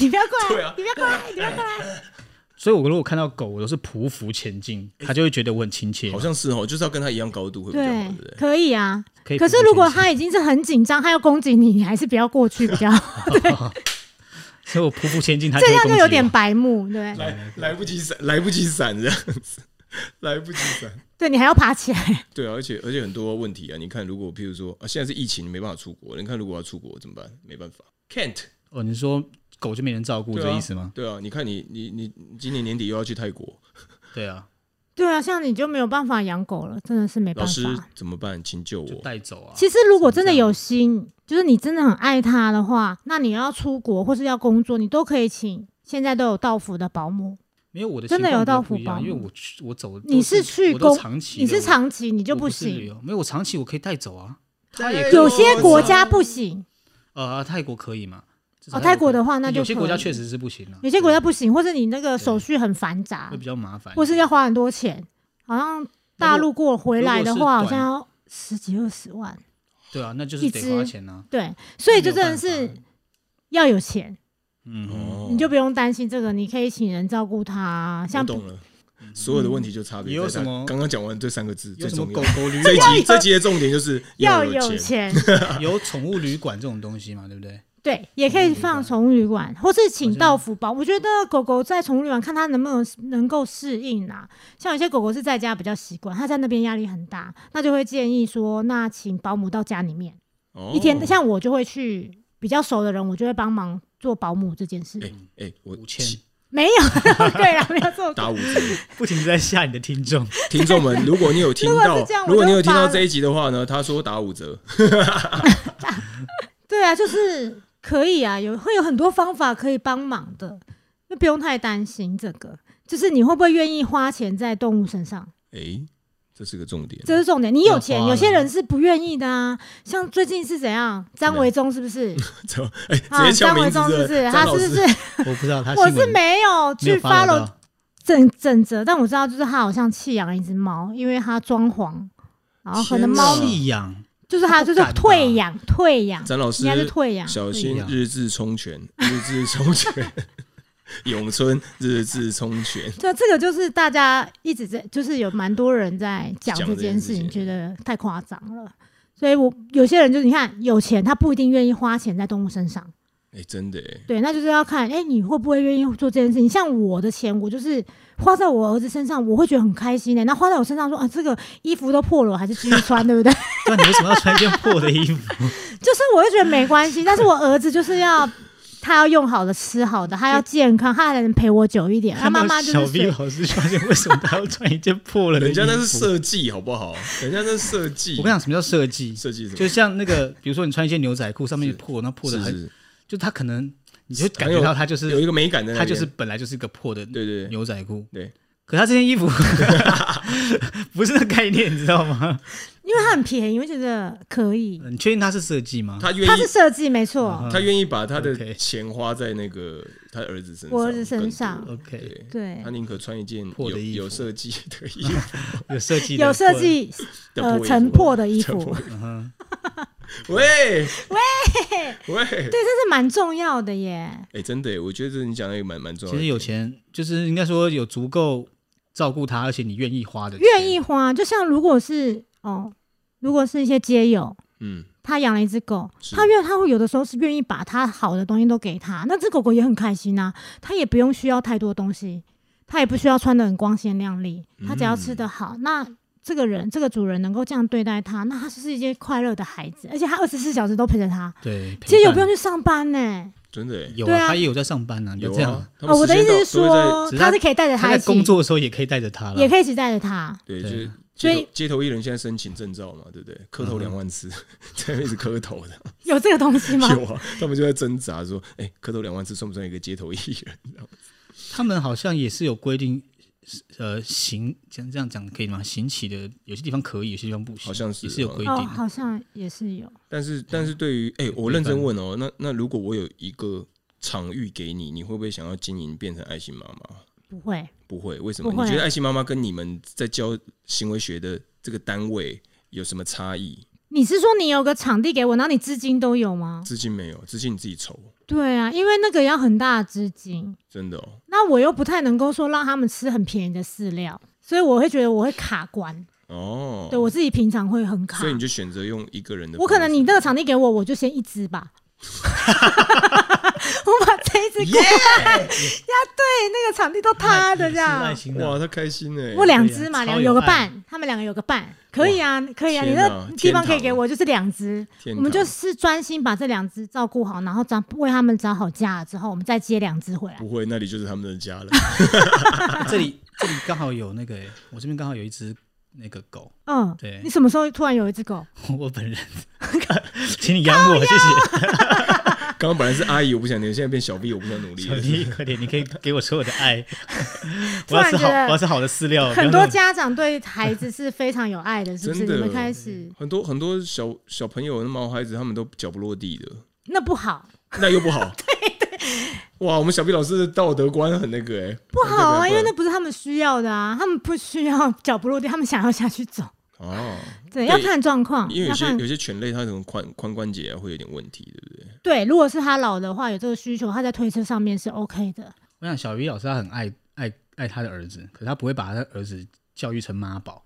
你不要过对来，啊哎你不要过来，你不要过来。所以我如果看到狗，我都是匍匐前进，它就会觉得我很亲切 好。像是哦，就是要跟他一样高度会比较好，对不对，对？可以啊。可以可匍匐是如果前进他已经是很紧张，他要攻击你，你还是不要过去 比较好。所以我匍匐前进，它这会样攻就击啊有我点白目，对来来不及闪，来不及闪这样子， 来不及闪。对，你还要爬起来。 对啊，而且而且很多问题啊，你看，如果譬如说啊，现在是疫情，没办法出国，你看如果要出国怎么办？没办法，can't。哦。你说狗就没人照顾，对这啊意思吗？对啊，你看你你你你今年年底又要去泰国，对啊，对啊，像你就没有办法养狗了，真的是没老办师法。怎么办？请救就我！带走啊。其实如果真的有心，就是你真的很爱它的话，那你要出国或是要工作，你都可以请现在都有到府的保姆。没有我的真的情况有比较到不一福报样因为吗我去我走，你是是去我都公长期的，你是我长期你就我不不是旅行，游，没有我长期我可以带走啊。他也有些国家不行呃，泰国可以嘛？至少哦。泰国国可以的话，那就有些国家可以确实是不行了、有些国家不行，或者你那个手续很繁杂会，比较麻烦，或是要花很多钱，好像大陆过回来的如果话，是好像要十几二十万。对啊，那就是一得只花钱啊。对，所以就真的没有是办法啊要有钱，嗯哼，哦，你就不用担心这个，你可以请人照顾它。我像懂了，所有的问题就差嗯别你有在什它么刚刚讲完这三个字有最什么重狗要。狗旅这一要有集这集的重点就是要有有钱，钱， 有宠物旅馆这种东西嘛，对不对？对，也可以放宠物旅馆，或是请到福保。我觉得狗狗在宠物旅馆看它能不能能够适应啊。像有些狗狗是在家比较习惯，它在那边压力很大，那就会建议说，那请保姆到家里面。哦一天，像我就会去比较熟的人，我就会帮忙做保姆这件事。哎哎，我五 千，没有， 对啦，没有做过。打五折。 不停地在吓你的听众，听众们，如果你有听如果到是这样，我就如果你有听发到了这一集的话呢，他说打五折，对啊，就是可以啊，有会有很多方法可以帮忙的，就不用太担心这个。就是你会不会愿意花钱在动物身上，哎，这是个重点。 这是重点。你有钱要，花有些了人是不愿意的啊。像最近是怎样，张维忠是不 是？这哎，啊，直接张叫维名字忠是不是？张他老是不师是？我不知道他我新是闻没有没有去 follow follow 到整整则，但我知道就是他好像弃养了一只猫，因为他装潢，然后可能天猫哪啊寄养，就是他就是不敢吧退养，退养，展老师应该是退养。小不一心样日字冲拳，日字冲拳， 咏春日字冲拳。对，这个就是大家一直在，就是有蛮多人在讲讲这这件件事事情，情觉得太夸张了。所以我有些人就是你看有钱，他不一定愿意花钱在动物身上，哎，真的哎，对，那就是要看，哎、你会不会愿意做这件事情？像我的钱，我就是花在我儿子身上，我会觉得很开心的、那花在我身上说啊，这个衣服都破了，我还是继续穿， 对不对？那你为什么要穿一件破的衣服？就是我会觉得没关系，但是我儿子就是要他要用好的、吃好的，他要健康，他还能陪我久一点。他看到妈妈就小是 V 随老师发现为什么他要穿一件破了的衣人服？家那是设计好不好？人家那是设计，我跟你讲，什么叫设计？设计什么？就像那个，比如说你穿一件牛仔裤，上面是破，那破的是很，是就它可能你就感很有觉到它就有一是个美感在那它边，就是本来就是一个破的对对对牛仔裤，对。可它这件衣 服不是那概念，你知道 吗？因为他很便宜，我觉得可以。你确定它是设计吗？他愿他意是，设计没错，嗯他愿意把他 OK 的钱花在那个他儿子身上，我儿子身上更多 OK，对，对他，宁可穿一件破有的衣服有设计的衣服，有设计的，有设。计 的呃破衣服成破的衣服，成破对，嗯哼，喂喂喂，这是蛮重要的耶。哎，真的耶，我觉得你讲的也蛮蛮重要其的。实有钱就是应该说有足够照顾它，而且你愿意花的钱，愿意花，就像如果是哦，如果是一些街友。嗯，他养了一只狗，是他愿他会有的时候是愿意把他好的东西都给他，那只狗狗也很开心啊，他也不用需要太多东西，他也不需要穿的很光鲜亮丽，嗯他只要吃得好，那这个人这个主人能够这样对待他，那他就是一件快乐的孩子，而且他二十四小时都陪着他，对，其实有陪伴不用去上班呢、真的耶有对啊啊，他也有在上班啊，你有这样啊。，他们哦，我的时意间思到是都会在说，只是他他是可以带着他他一在起，工作的时候也可以带着它了，也可以一起带着他，对，就对是所街以头街头艺人现在申请证照嘛，对不对？磕头两万次，嗯 在那边一直磕头的，有这个东西吗？ 有啊，他们就在挣扎说，哎，磕头两万次算不算一个街头艺人？他们好像也是有规定，呃，行，这样这样讲可以吗？行乞的有些地方可以，有些地方不行，好像是啊也是有规哦，定的。好像也是有，但是但是对于哎、我认真问哦，那那如果我有一个场域给你，你会不会想要经营变成爱心妈妈？不会，不会，为什么？不会你觉得爱心妈妈跟你们在教行为学的这个单位有什么差异？你是说你有个场地给我，然后你资金都有吗？资金没有，资金你自己筹，对啊，因为那个要很大的资金，真的哦。那我又不太能够说让他们吃很便宜的饲料，所以我会觉得我会卡关。哦，对我自己平常会很卡所以，你就选择用一个人的方式。我可能你那个场地给我，我就先一只吧。我把这一 只给对那个场地都他的这是样爱，心哇，的，他开心哎、我两只嘛，对两啊超有个有爱伴，他们两个有个伴，可以啊，可以啊，你天哪那地方可以天堂给我就是两只，天我们堂就是专心把这两只照顾好，然后找为他们找好家了之后，我们再接两只回来。不会，那里就是他们的 家了。啊这里这里刚好有那个欸，我这边刚好有一只那个狗，嗯，对你什么时候突然有一只狗？我本人，请你养我，谢谢。刚刚本来是阿姨，我不想念，现在变小 B，我不想努力小了。弟，快 点，你可以给我所有的爱，突 我要然吃觉好，得我要吃好的饲料，很不要多那种家长对孩子是非常有爱的，是不是？真的你们开始很多很多小小朋友、那毛孩子，他们都脚不落地的，那不好，那又不 好。对对。哇，我们小 B 老师的道德观很那个哎、不好啊，很因为特别那不是他们需要的啊，他们不需要脚不落地，他们想要下去走。哦，对，对要看状况，因为要有些看有些犬类它可能髋髋关节啊会有点问题，对不对？对。如果是他老的话，有这个需求，他在推车上面是 OK 的。我想小鱼老师他很爱爱爱他的儿子，可是他不会把他的儿子教育成妈 宝，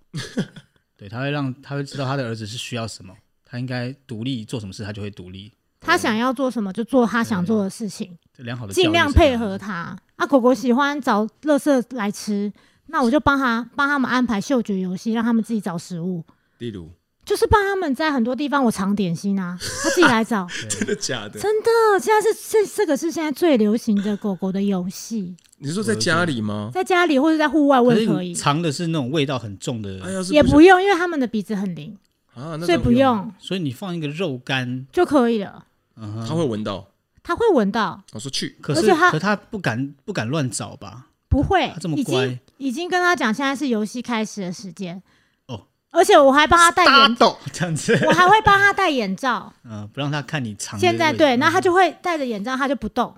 对，他会让他会知道他的儿子是需要什么，他应该独立做什么事，他就会独立。他想要做什么就做他想做的事情，这良好的教育尽量是这样配合他。啊，狗狗喜欢找垃圾来吃，那我就帮他帮他们安排嗅觉游戏，让他们自己找食物。例如，就是帮他们在很多地方我藏点心 啊，他自己来找。 真的假的？真的，现在是这这个是现在最流行的狗狗的游戏，你是说在家里吗？在家里或者在户外我可也是可你以，尝的是那种味道很重的，哎呀，是也不不用，因为他们的鼻子很灵，想啊，所那以这样不用所以你放一个肉干，就可以了。嗯他哼，会闻到。它会闻到，我说去，可而是且他可他不敢不敢乱找吧？不会啊它这，么已经乖已经跟他讲，现在是游戏开始的时间。哦，而且我还帮他戴眼，斗这样子， 我还会帮他戴眼罩。嗯，不让他看你尝的味现道。在对，嗯那他就会戴着眼罩，他就不动。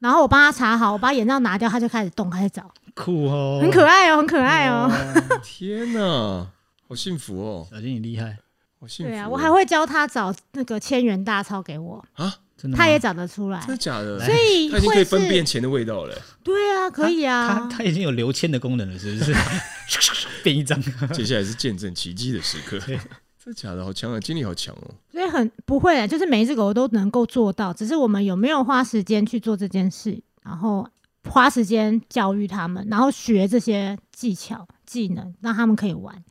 然后我帮他查好，我把眼罩拿掉，他就开始动，开始找，酷哦，很可爱哦，很可爱哦。天哪，好幸福哦，小金你厉害，好幸福哦、对啊，我还会教他找那个千元大钞给我，啊，真的吗。他也找得出来真，的假的？所以他已经可会以分辨是，钱的味道了。对啊，可以他啊，他已经有留签的功能了，是 不是？变一张， 接下来是见证奇迹的时刻。 真的假的？好强啊，精力好强哦。所以很不会啊，就是每一只狗都能够做到，只是我们有没有花时间去做这件事，然后花时间教育他们，然后学这些技巧技能，让他们可以玩，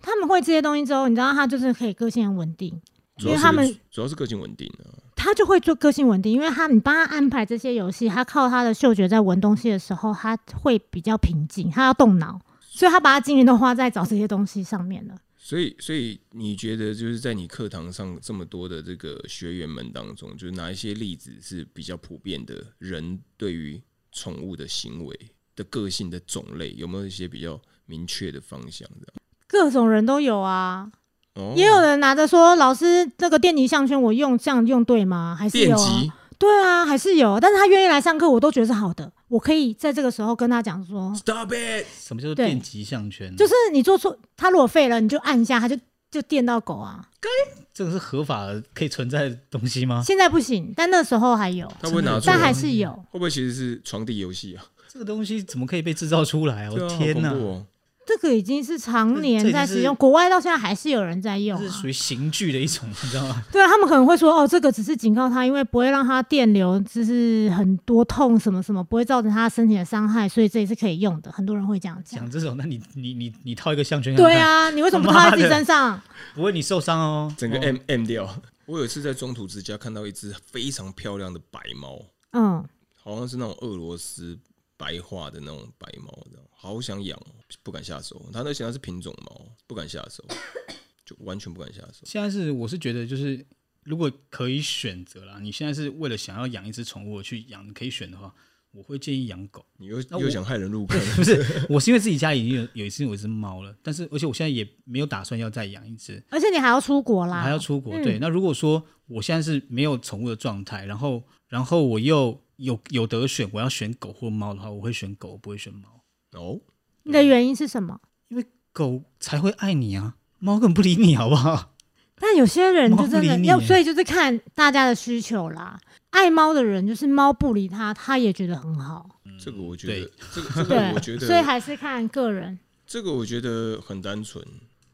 他们会这些东西之后，你知道他就是可以个性很稳定。主因为要是他们主要是个性稳定啊。他就会做个性稳定，因为他你帮他安排这些游戏，他靠他的嗅觉在闻东西的时候，他会比较平静，他要动脑，嗯所以他把他精力都花在找这些东西上面了。所以，所以你觉得就是在你课堂上这么多的这个学员们当中，就是哪一些例子是比较普遍的人对于宠物的行为的个性的种类，有没有一些比较明确的方向这样？各种人都有啊，哦也有人拿着说：“老师，这个电极项圈我用这样用对吗？”还是电有、啊，击，对啊，还是有。但是他愿意来上课，我都觉得是好的。我可以在这个时候跟他讲说， Stop it！什么叫做对电极项圈？就是你做错，他如果废了，你就按一下，他就就电到狗啊。这个是合法的可以存在的东西啊吗？现在不行，但那时候还有，他会拿出但还来，是有。会不会其实是床地游戏啊？这个东西怎么可以被制造出来啊？我对啊，天哪！哪！哦这个已经是常年在使这已经用，是国外到现在还是有人在用、这啊是。属于刑具的一种，你知道吗？对啊，他们可能会说哦，这个只是警告他，因为不会让他电流就是很多痛什么什么，不会造成他身体的伤害，所以这也是可以用的。很多人会这样 讲讲。这种，那你你你你套一个项圈，对，啊，你为什么不套在自己妈的身上？不会你受伤哦。整个哦 M M 掉。我有一次在中途之家看到一只非常漂亮的白猫，嗯，好像是那种俄罗斯白化的那种白猫，这样好想养哦，不敢下手。它那显然是品种猫，不敢下手，就完全不敢下手。现在是我是觉得就是。如果可以选择啦，你现在是为了想要养一只宠物去养，你可以选的话，我会建议养狗。 你又那我又想害人入坑，不是，我是因为自己家里已经有有一只有一只猫了，但是而且我现在也没有打算要再养一只，而且你还要出国我啦，还要出国。嗯对，那如果说我现在是没有宠物的状态，然后然后我又有有得选，我要选狗或猫的话，我会选狗，我不会选猫。哦，你的原因是什么？狗才会爱你啊，猫根本不理你，好不 好？但有些人就真猫不的理你要，耶所以就是看大家的需求啦。爱猫的人就是猫不理他，他也觉得很好，这个我觉得对，这个这个对我觉，得，所以还是看个人。这个我觉得很单纯，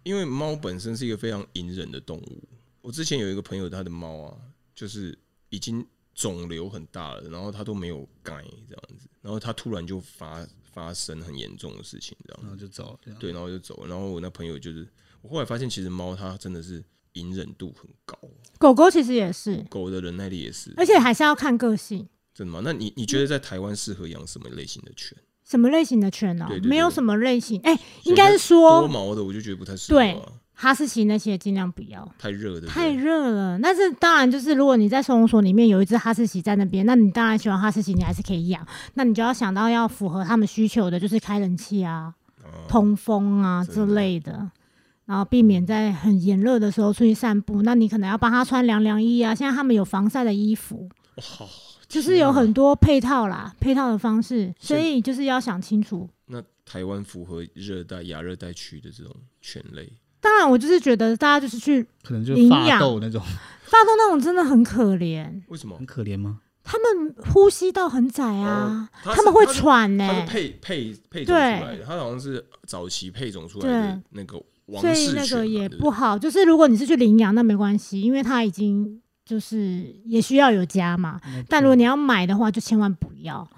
因为猫本身是一个非常隐忍的动物。我之前有一个朋友，他的猫啊，就是已经肿瘤很大了，然后他都没有改这样子，然后他突然就发发生很严重的事情这样然后就走了，这样对，然后就走了。然后我那朋友就是，我后来发现其实猫它真的是隐忍度很高，狗狗其实也是，狗的忍耐力也是。而且还是要看个性，真的吗？那你你觉得在台湾适合养什么类型的犬？什么类型的犬哦、对对对没有什么类型。哎、以应该是多说毛的我就觉得不太适合、对啊，哈士奇那些尽量不要。太热的太热了，但是当然就是，如果你在收容所里面有一只哈士奇在那边，那你当然喜欢哈士奇，你还是可以养。那你就要想到要符合他们需求的，就是开冷气啊、通风啊之哦真的类的，然后避免在很炎热的时候出去散步。那你可能要帮他穿凉凉衣啊，现在他们有防晒的衣服，好，就是有天啊很多配套啦，配套的方式，所是以就是要想清楚。那台湾符合热带、亚热带区的这种犬类，当然，我就是觉得大家就是去可能就领发养抖那种，发动那种真的很可怜，为什么很？可怜吗？他们呼吸道很窄啊，呃哦它是他们会喘呢、欸它是配配配种出来的，它好像是早期配种出来的对那个王所以室那犬嘛，个也对不对好。就是如果你是去领养，那没关系，因为它已经就是也需要有家嘛。那但如果你要买的话，就千万不要。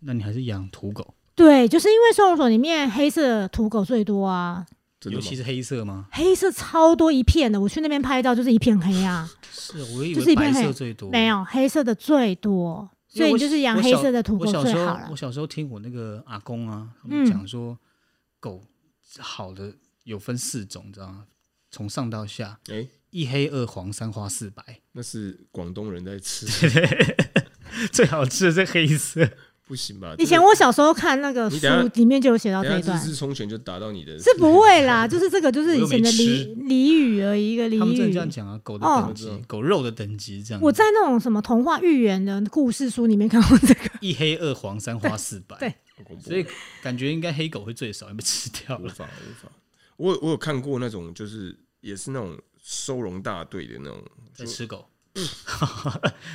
那你还是养土狗，对，就是因为收容所里面黑色土狗最多啊，真的尤吗其是黑色吗？黑色超多一片的。我去那边拍照就是一片黑啊，是我以就是为一片白黑色最多，没有黑色的最多，因所为以我你就是养我黑小色的土狗我小最时候好了我。小时候听我那个阿公啊，他嗯们讲说，狗好的有分四种，你知道吗？从上到下，哎、一黑二黄三花四白，那是广东人在 吃， 最好吃的是黑色。不行吧？以前我我小时候看那个你书等下里面就有写到这等一一下段日，式冲拳就打到你的，是不会啦，就是这个就是我以又前的俚没吃俚语而已，一个他俚们真的语这。样讲啊，狗的哦等级，狗肉的等级这样。我在那种什么童话寓言的故事书里面看过这个，一黑二黄三花四白，对好恐怖所以感觉应该黑狗会最少，因为被吃掉无了。法无法。我有我有看过那种，就是也是那种收容大队的那种，在吃 狗，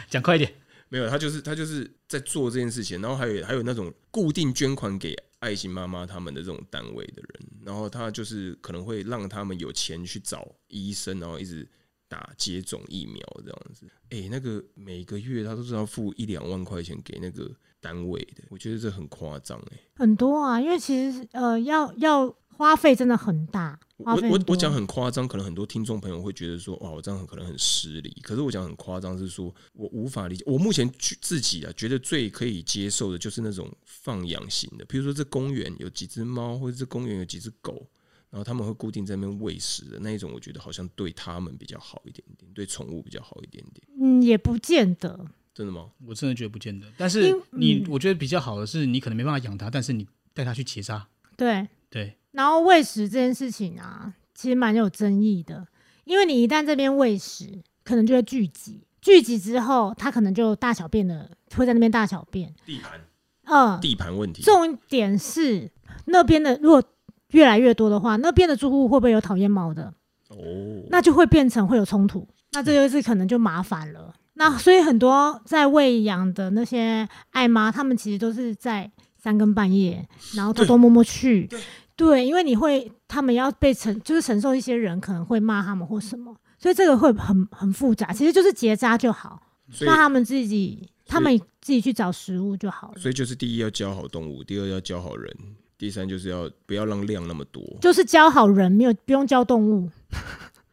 讲快一点。没有，他就是他就是在做这件事情，然后还有还有那种固定捐款给爱心妈妈他们的这种单位的人，然后他就是可能会让他们有钱去找医生，然后一直打接种疫苗这样子。诶，那个每个月他都是要付一两万块钱给那个单位的，我觉得这很夸张诶。很多啊，因为其实呃，要要花费真的很大，花我费我很多啊我讲很夸张，可能很多听众朋友会觉得说，哇，我这样可能很失礼。可是我讲很夸张是说，我无法理解。我目前去自己啊，觉得最可以接受的就是那种放养型的，比如说这公园有几只猫，或者这公园有几只狗，然后他们会固定在那边喂食的那一种，我觉得好像对他们比较好一点点，对宠物比较好一点点。嗯也不见得，真的吗？我真的觉得不见得，但因是为你嗯，我觉得比较好的是，你可能没办法养它，但是你带它去结扎，对。对，然后喂食这件事情啊，其实蛮有争议的，因为你一旦这边喂食，可能就会聚集，聚集之后，它可能就大小便的会在那边大小便，地盘嗯，地盘问题，重点是那边的如果越来越多的话，那边的住户会不会有讨厌猫的？哦，那就会变成会有冲突，那这就是可能就麻烦了。那所以很多在喂养的那些爱妈，他们其实都是在三更半夜，然后偷偷摸摸去，对，因为你会他们要被承，就是承受一些人可能会骂他们或什么，所以这个会很很复杂。其实就是结扎就好，所以让他们自己他们自己去找食物就好了，所以就是第一要教好动物，第二要教好人，第三就是要不要让量那么多。就是教好人，没有不用教动物。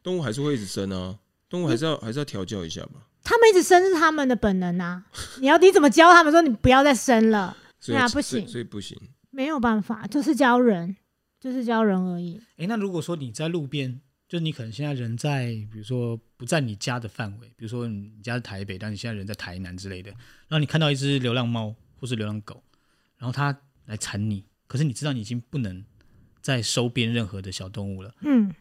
动物还是会一直生啊，动物还是要还是要调教一下吧。他们一直生是他们的本能啊，你要你怎么教他们说你不要再生了，所以那不所以行所以不行。没有办法，就是教人，就是教人而已。诶，那如果说你在路边，就是你可能现在人在，比如说不在你家的范围，比如说你家是台北，但你现在人在台南之类的，然后你看到一只流浪猫或是流浪狗，然后它来缠你，可是你知道你已经不能再收编任何的小动物了，嗯，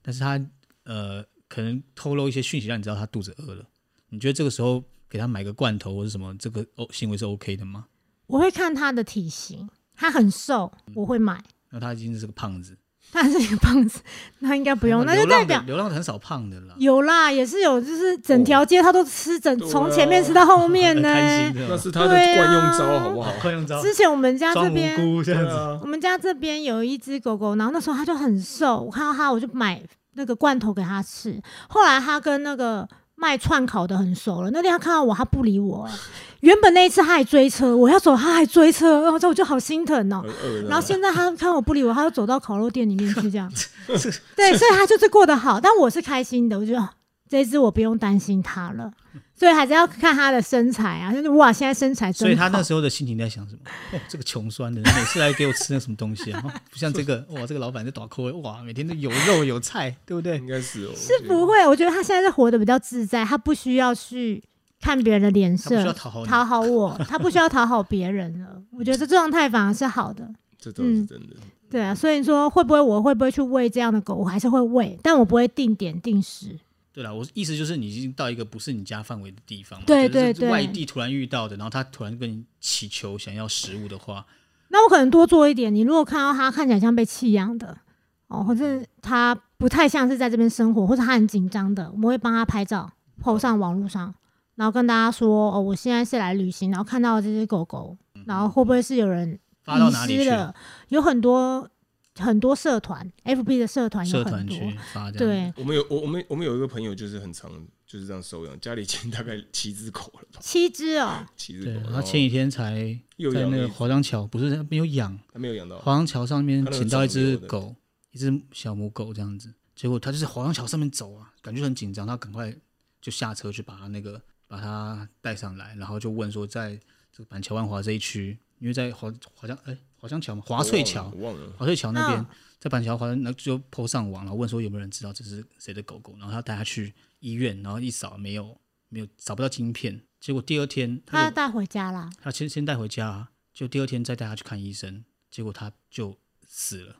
但是它呃可能透露一些讯息让你知道它肚子饿了，你觉得这个时候给它买个罐头或者什么，这个哦行为是 OK 的吗？我会看他的体型，他很瘦，我会买。那他已经是个胖子，他是一个胖子， 那应该不用，那流就浪代的表流浪的很少胖的啦，有啦，也是有，就是整条街他都吃整，对啊从前面吃到后面很 呢。贪心的那哦，是他的对啊惯用招，好不好好？快用招，之前我们家装这无边辜这对样子，啊我，们家这边有一只狗狗，然后那时候它就很瘦，我看到它我就买那个罐头给它吃。后来它跟那个卖串烤的很熟了，那天它看到我，它不理我、哎原本那一次它还追车，我要走它还追车，然后这我就好心疼哦、呃很饿的。然后现在它看我不理我，它就走到烤肉店里面去，这 样。对，所以它就是过得好，但我是开心的，我觉得哦这只我不用担心它了。所以还是要看它的身材啊，就是哇，现在身材真好。所以他那时候的心情在想什么？哦，这个穷酸的， 每次来给我吃那什么东西啊，哦不像这个，哇，这个老板在打 call，哇，每天都有肉有菜，对不对应？该是哦，是不会，我觉得他现在是活得比较自在，他不需要去看别人的脸他不需要色，讨好你，讨好我，他不需要讨好别人了。我觉得这状态反而是好的，这倒是真的。对啊。所以说，会不会我会不会去喂这样的狗？我还是会喂，但我不会定点定时。对啦，我意思就是你已经到一个不是你家范围的地方嘛，对就是对对外地突然遇到的，然后他突然跟你祈求想要食物的话，那我可能多做一点。你如果看到他看起来像被弃养的，哦，或者他不太像是在这边生活，或者他很紧张的，我会帮他拍照，PO 上网络上，然后跟大家说，哦，我现在是来旅行，然后看到这只狗狗，然后会不会是有人发到哪里遗失去？了？有很多很多社团，FB 的社团有社很团多，去发这样。对，我们有我我们我们有一个朋友就是很常就是这样收养，家里已经大概七只狗了吧，七只哦，七只对狗。，然啊他后前几天才又在养那了个一只，华冈桥，不是没有养，他没有养到，华冈桥上面哦他那个请到一只肿瘤的狗，一只小母狗这样子，结果他就是华冈桥上面走啊，感觉很紧张，他赶快就下车去把他那个把它带上来，然后就问说在这个板桥万华这一区，因为在华华江哎华江桥嘛，华我翠忘了桥。我忘了。华翠桥那边嗯，在板桥华，那就 PO 上网，然后问说有没有人知道这是谁的狗狗，然后他带他去医院，然后一扫没有没有找不到晶片，结果第二天他他就带回家啦。他先先带回家啊，就第二天再带他去看医生，结果他就死了，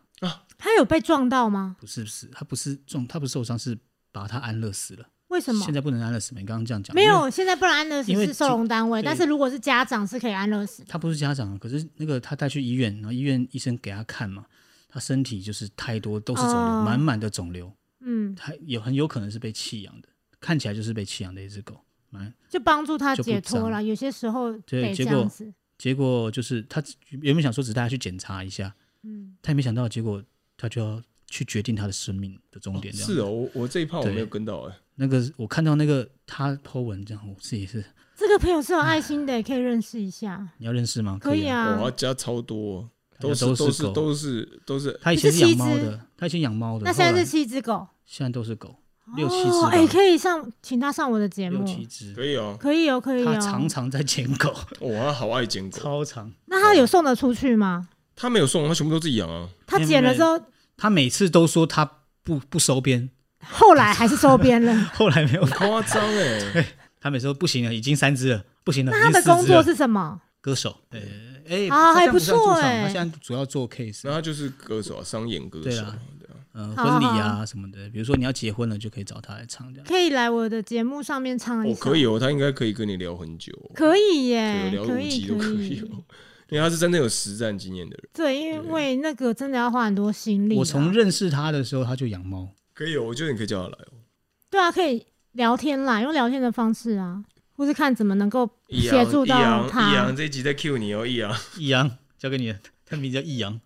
他有被撞到吗？不是死，他不是撞，他不是受伤，是把他安乐死了。为什么现？在不能安乐死嘛？你刚刚这样讲，没因为有，现在不能安乐死因为是收容单位，对但是如果是家长是可以安乐死的。他不是家长，啊可是那个他带去医院，然后医院医生给他看嘛，他身体就是太多都是肿瘤，哦满满的肿瘤，嗯，他有很有可能是被弃养的，看起来就是被弃养的一只狗，蛮就帮助他就不解脱脏了。有些时候对得这结样果子，结果就是他原本想说只带他去检查一下，嗯，他也没想到，结果他就要去决定他的生命的终点这样子。是哦，我我这一趴我对没有跟到哎，那个我看到那个他 po 文这样，我自己也是，这个朋友是有爱心的，可以认识一下，你要认识吗？可以啊。啊我。要加超多哦，大家是啊都都是狗是都是都是他以前是是七养猫只的，他以前养猫的，那现后在来是七只狗，现在都是狗，六七哦，哎，只吧，可以上，请他上我的节目六，七只。可以哦，可以哦，可以他常哦。常在捡 狗，哦我还好爱捡狗，超长。那他有送得出去吗？他没有送，他全部都自己 养啊，他没有捡没了有之后，他每次都说他不不收编， 后来还是收编了。后来没有。夸张哎，他每次都不行了，已经三只了，不行了。那他的已经四只工作了是什么？歌手，呃，哎，啊他这还样不算错驻场哎他现在主要做 case，然后他就是歌手啊，商演歌对手啊，对啊嗯，好婚礼好啊什么的。比如说你要结婚了，就可以找他来唱这样。可以来我的节目上面唱一哦首。可以哦，他应该可以跟你聊很久哦，可以对耶，聊哎可五集以都可以哦， 因为他是真的有实战经验的人，对，因为那个真的要花很多心力啊。我从认识他的时候，他就养猫。可以哦，我觉得你可以叫他来哦。对啊，可以聊天啦，用聊天的方式啊，或是看怎么能够易协阳，助易阳到易他阳。这一集在 Q 你哦，易阳。易阳，交给你了，他名叫易阳，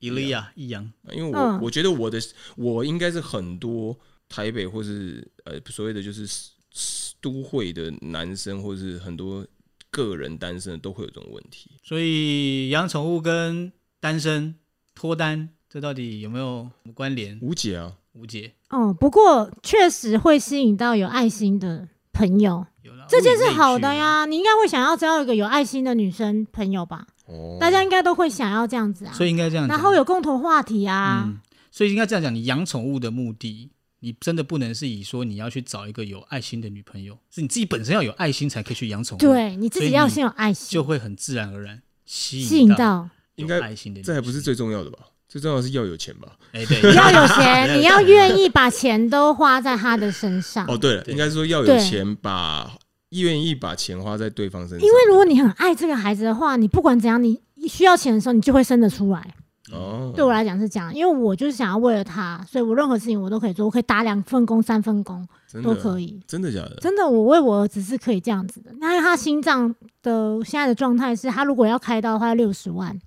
伊利亚，易阳。因为我、嗯我觉得我的我应该是很多台北或是呃所谓的就是 s- s- 都会的男生，或是很多个人单身的都会有这种问题。所以养宠物跟单身脱单，这到底有没有什么关联？无解啊，无解。哦，不过确实会吸引到有爱心的朋友，有啦这件事好的。呀。你应该会想要交一个有爱心的女生朋友吧？哦，大家应该都会想要这样子啊。所以应该这样讲。然后有共同话题啊。嗯，所以应该这样讲，你养宠物的目的。你真的不能是以说你要去找一个有爱心的女朋友，是你自己本身要有爱心才可以去养宠物，，对，你自所己以要你先有爱心就，会很自然而然吸吸引到到。有应该爱心的女性。这还不是最重要的吧？最重要的是要有钱吧？哎，对， 你要有钱，你要愿意把钱都花在他的身上。哦，对了，对应该是说要有对钱把，愿意把钱花在对方身上。因为如果你很爱这个孩子的话，你不管怎样，你需要钱的时候，你就会生得出来。哦，对我来讲是这样，因为我就是想要为了他，所以我任何事情我都可以做，我可以打两份工、三份工真的都啊可以。真的假的？真的，我为我儿子是可以这样子的。那他心脏的现在的状态是，他如果要开刀的话，六十万。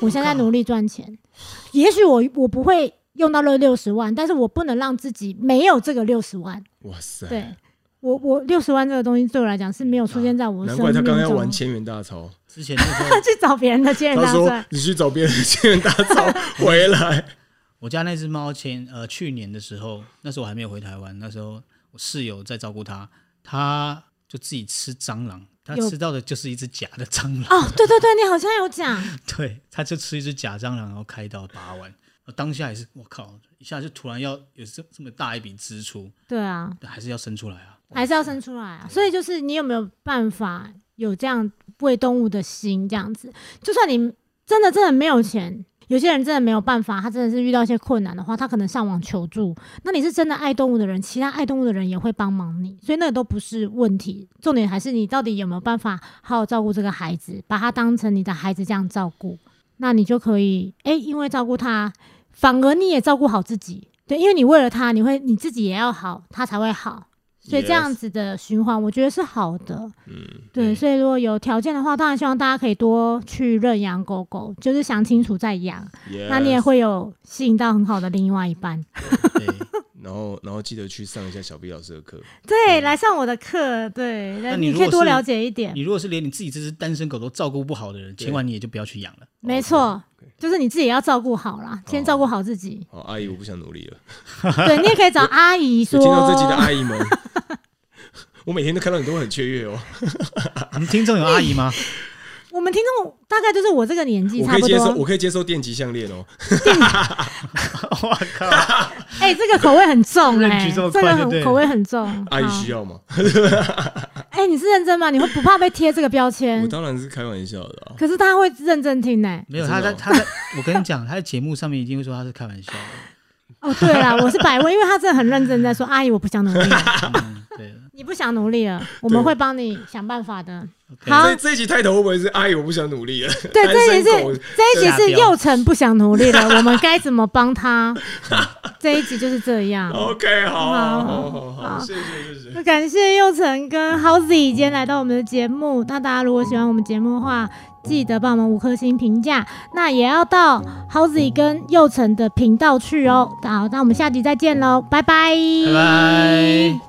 我现在努力赚钱，也许我我不会用到六六十万，但是我不能让自己没有这个六十万。哇塞！对我，我六十万这个东西对我来讲是没有出现在我难生怪命他中。刚刚要玩千元大钞。之前那时 候去找别人的借人他大说帅：“，你去找别人的千元大 钞回来。我家那只猫前呃去年的时候，那时候我还没有回台湾，那时候我室友在照顾它，它就自己吃蟑螂，它有吃到的就是一只假的蟑螂， 哦，对对对，你好像有讲，对，它就吃一只假蟑螂，然后开刀拔完，我当下也是我靠，一下就突然要有这这么大一笔支出，对啊，但还是要生出来啊，还是要生出来啊。所以就是你有没有办法有这样为动物的心这样子？就算你真的真的没有钱，有些人真的没有办法，他真的是遇到一些困难的话，他可能上网求助。那你是真的爱动物的人，其他爱动物的人也会帮忙你，所以那个都不是问题。重点还是你到底有没有办法好好照顾这个孩子，把他当成你的孩子这样照顾，那你就可以诶，因为照顾他，反而你也照顾好自己。对，因为你为了他，你会你自己也要好，他才会好。所以这样 Yes 子的循环，我觉得是好的。嗯，对，所以如果有条件的话，当然希望大家可以多去认养狗狗，就是想清楚再养， Yes 那你也。会有吸引到很好的另外一半。对，然后，然后记得去上一下小 B 老师的课。 嗯对，来上我的课，对，那那你你如可以果多是了解一点你。如果是连你自己这只单身狗都照顾不好的人，对千万你也就不要去养了。没错 OK，就是你自己也要照顾好啦，哦先照顾好自己。好，阿姨，我不想努力了。对你也可以找阿姨 有说，听到这集的阿姨们， 我每天都看到你都会很雀跃 哦。你们听众有阿姨吗？我们听众大概就是我这个年纪我差可以不接受，我多。可以接受电极项链哦。我靠，哎、这个口味很 重认哎、知这么这快个就对很了口味很重。阿姨好需要吗？哎、你是认真吗？你会不怕被贴这个标我签？当然是开玩笑的啊。可是他会认真听哎、没有真的他在哦他在，我跟你讲，他在节目上面一定会说他是开玩笑的。哦，对 啦，我是百问，因为他真的很认真在说，阿姨我不想努力了，嗯，对。你不想努力了，我们会帮你想办法的。 OK 好这，这一集开头会不会是阿姨我不想努力了？对，这一集 单身狗是这一集下 是标幼成不想努力了，我们该怎么帮他？这一集就是这哦样。 OK，好，好，好好，好，好，谢谢，谢谢。那感谢佑成跟 Howzy 今天来到我们的节目。那大家如果喜欢我们节目的话，记得帮我们五颗星评价。那也要到 Howzy 跟佑成的频道去哦。好，那我们下集再见喽，拜拜，拜拜。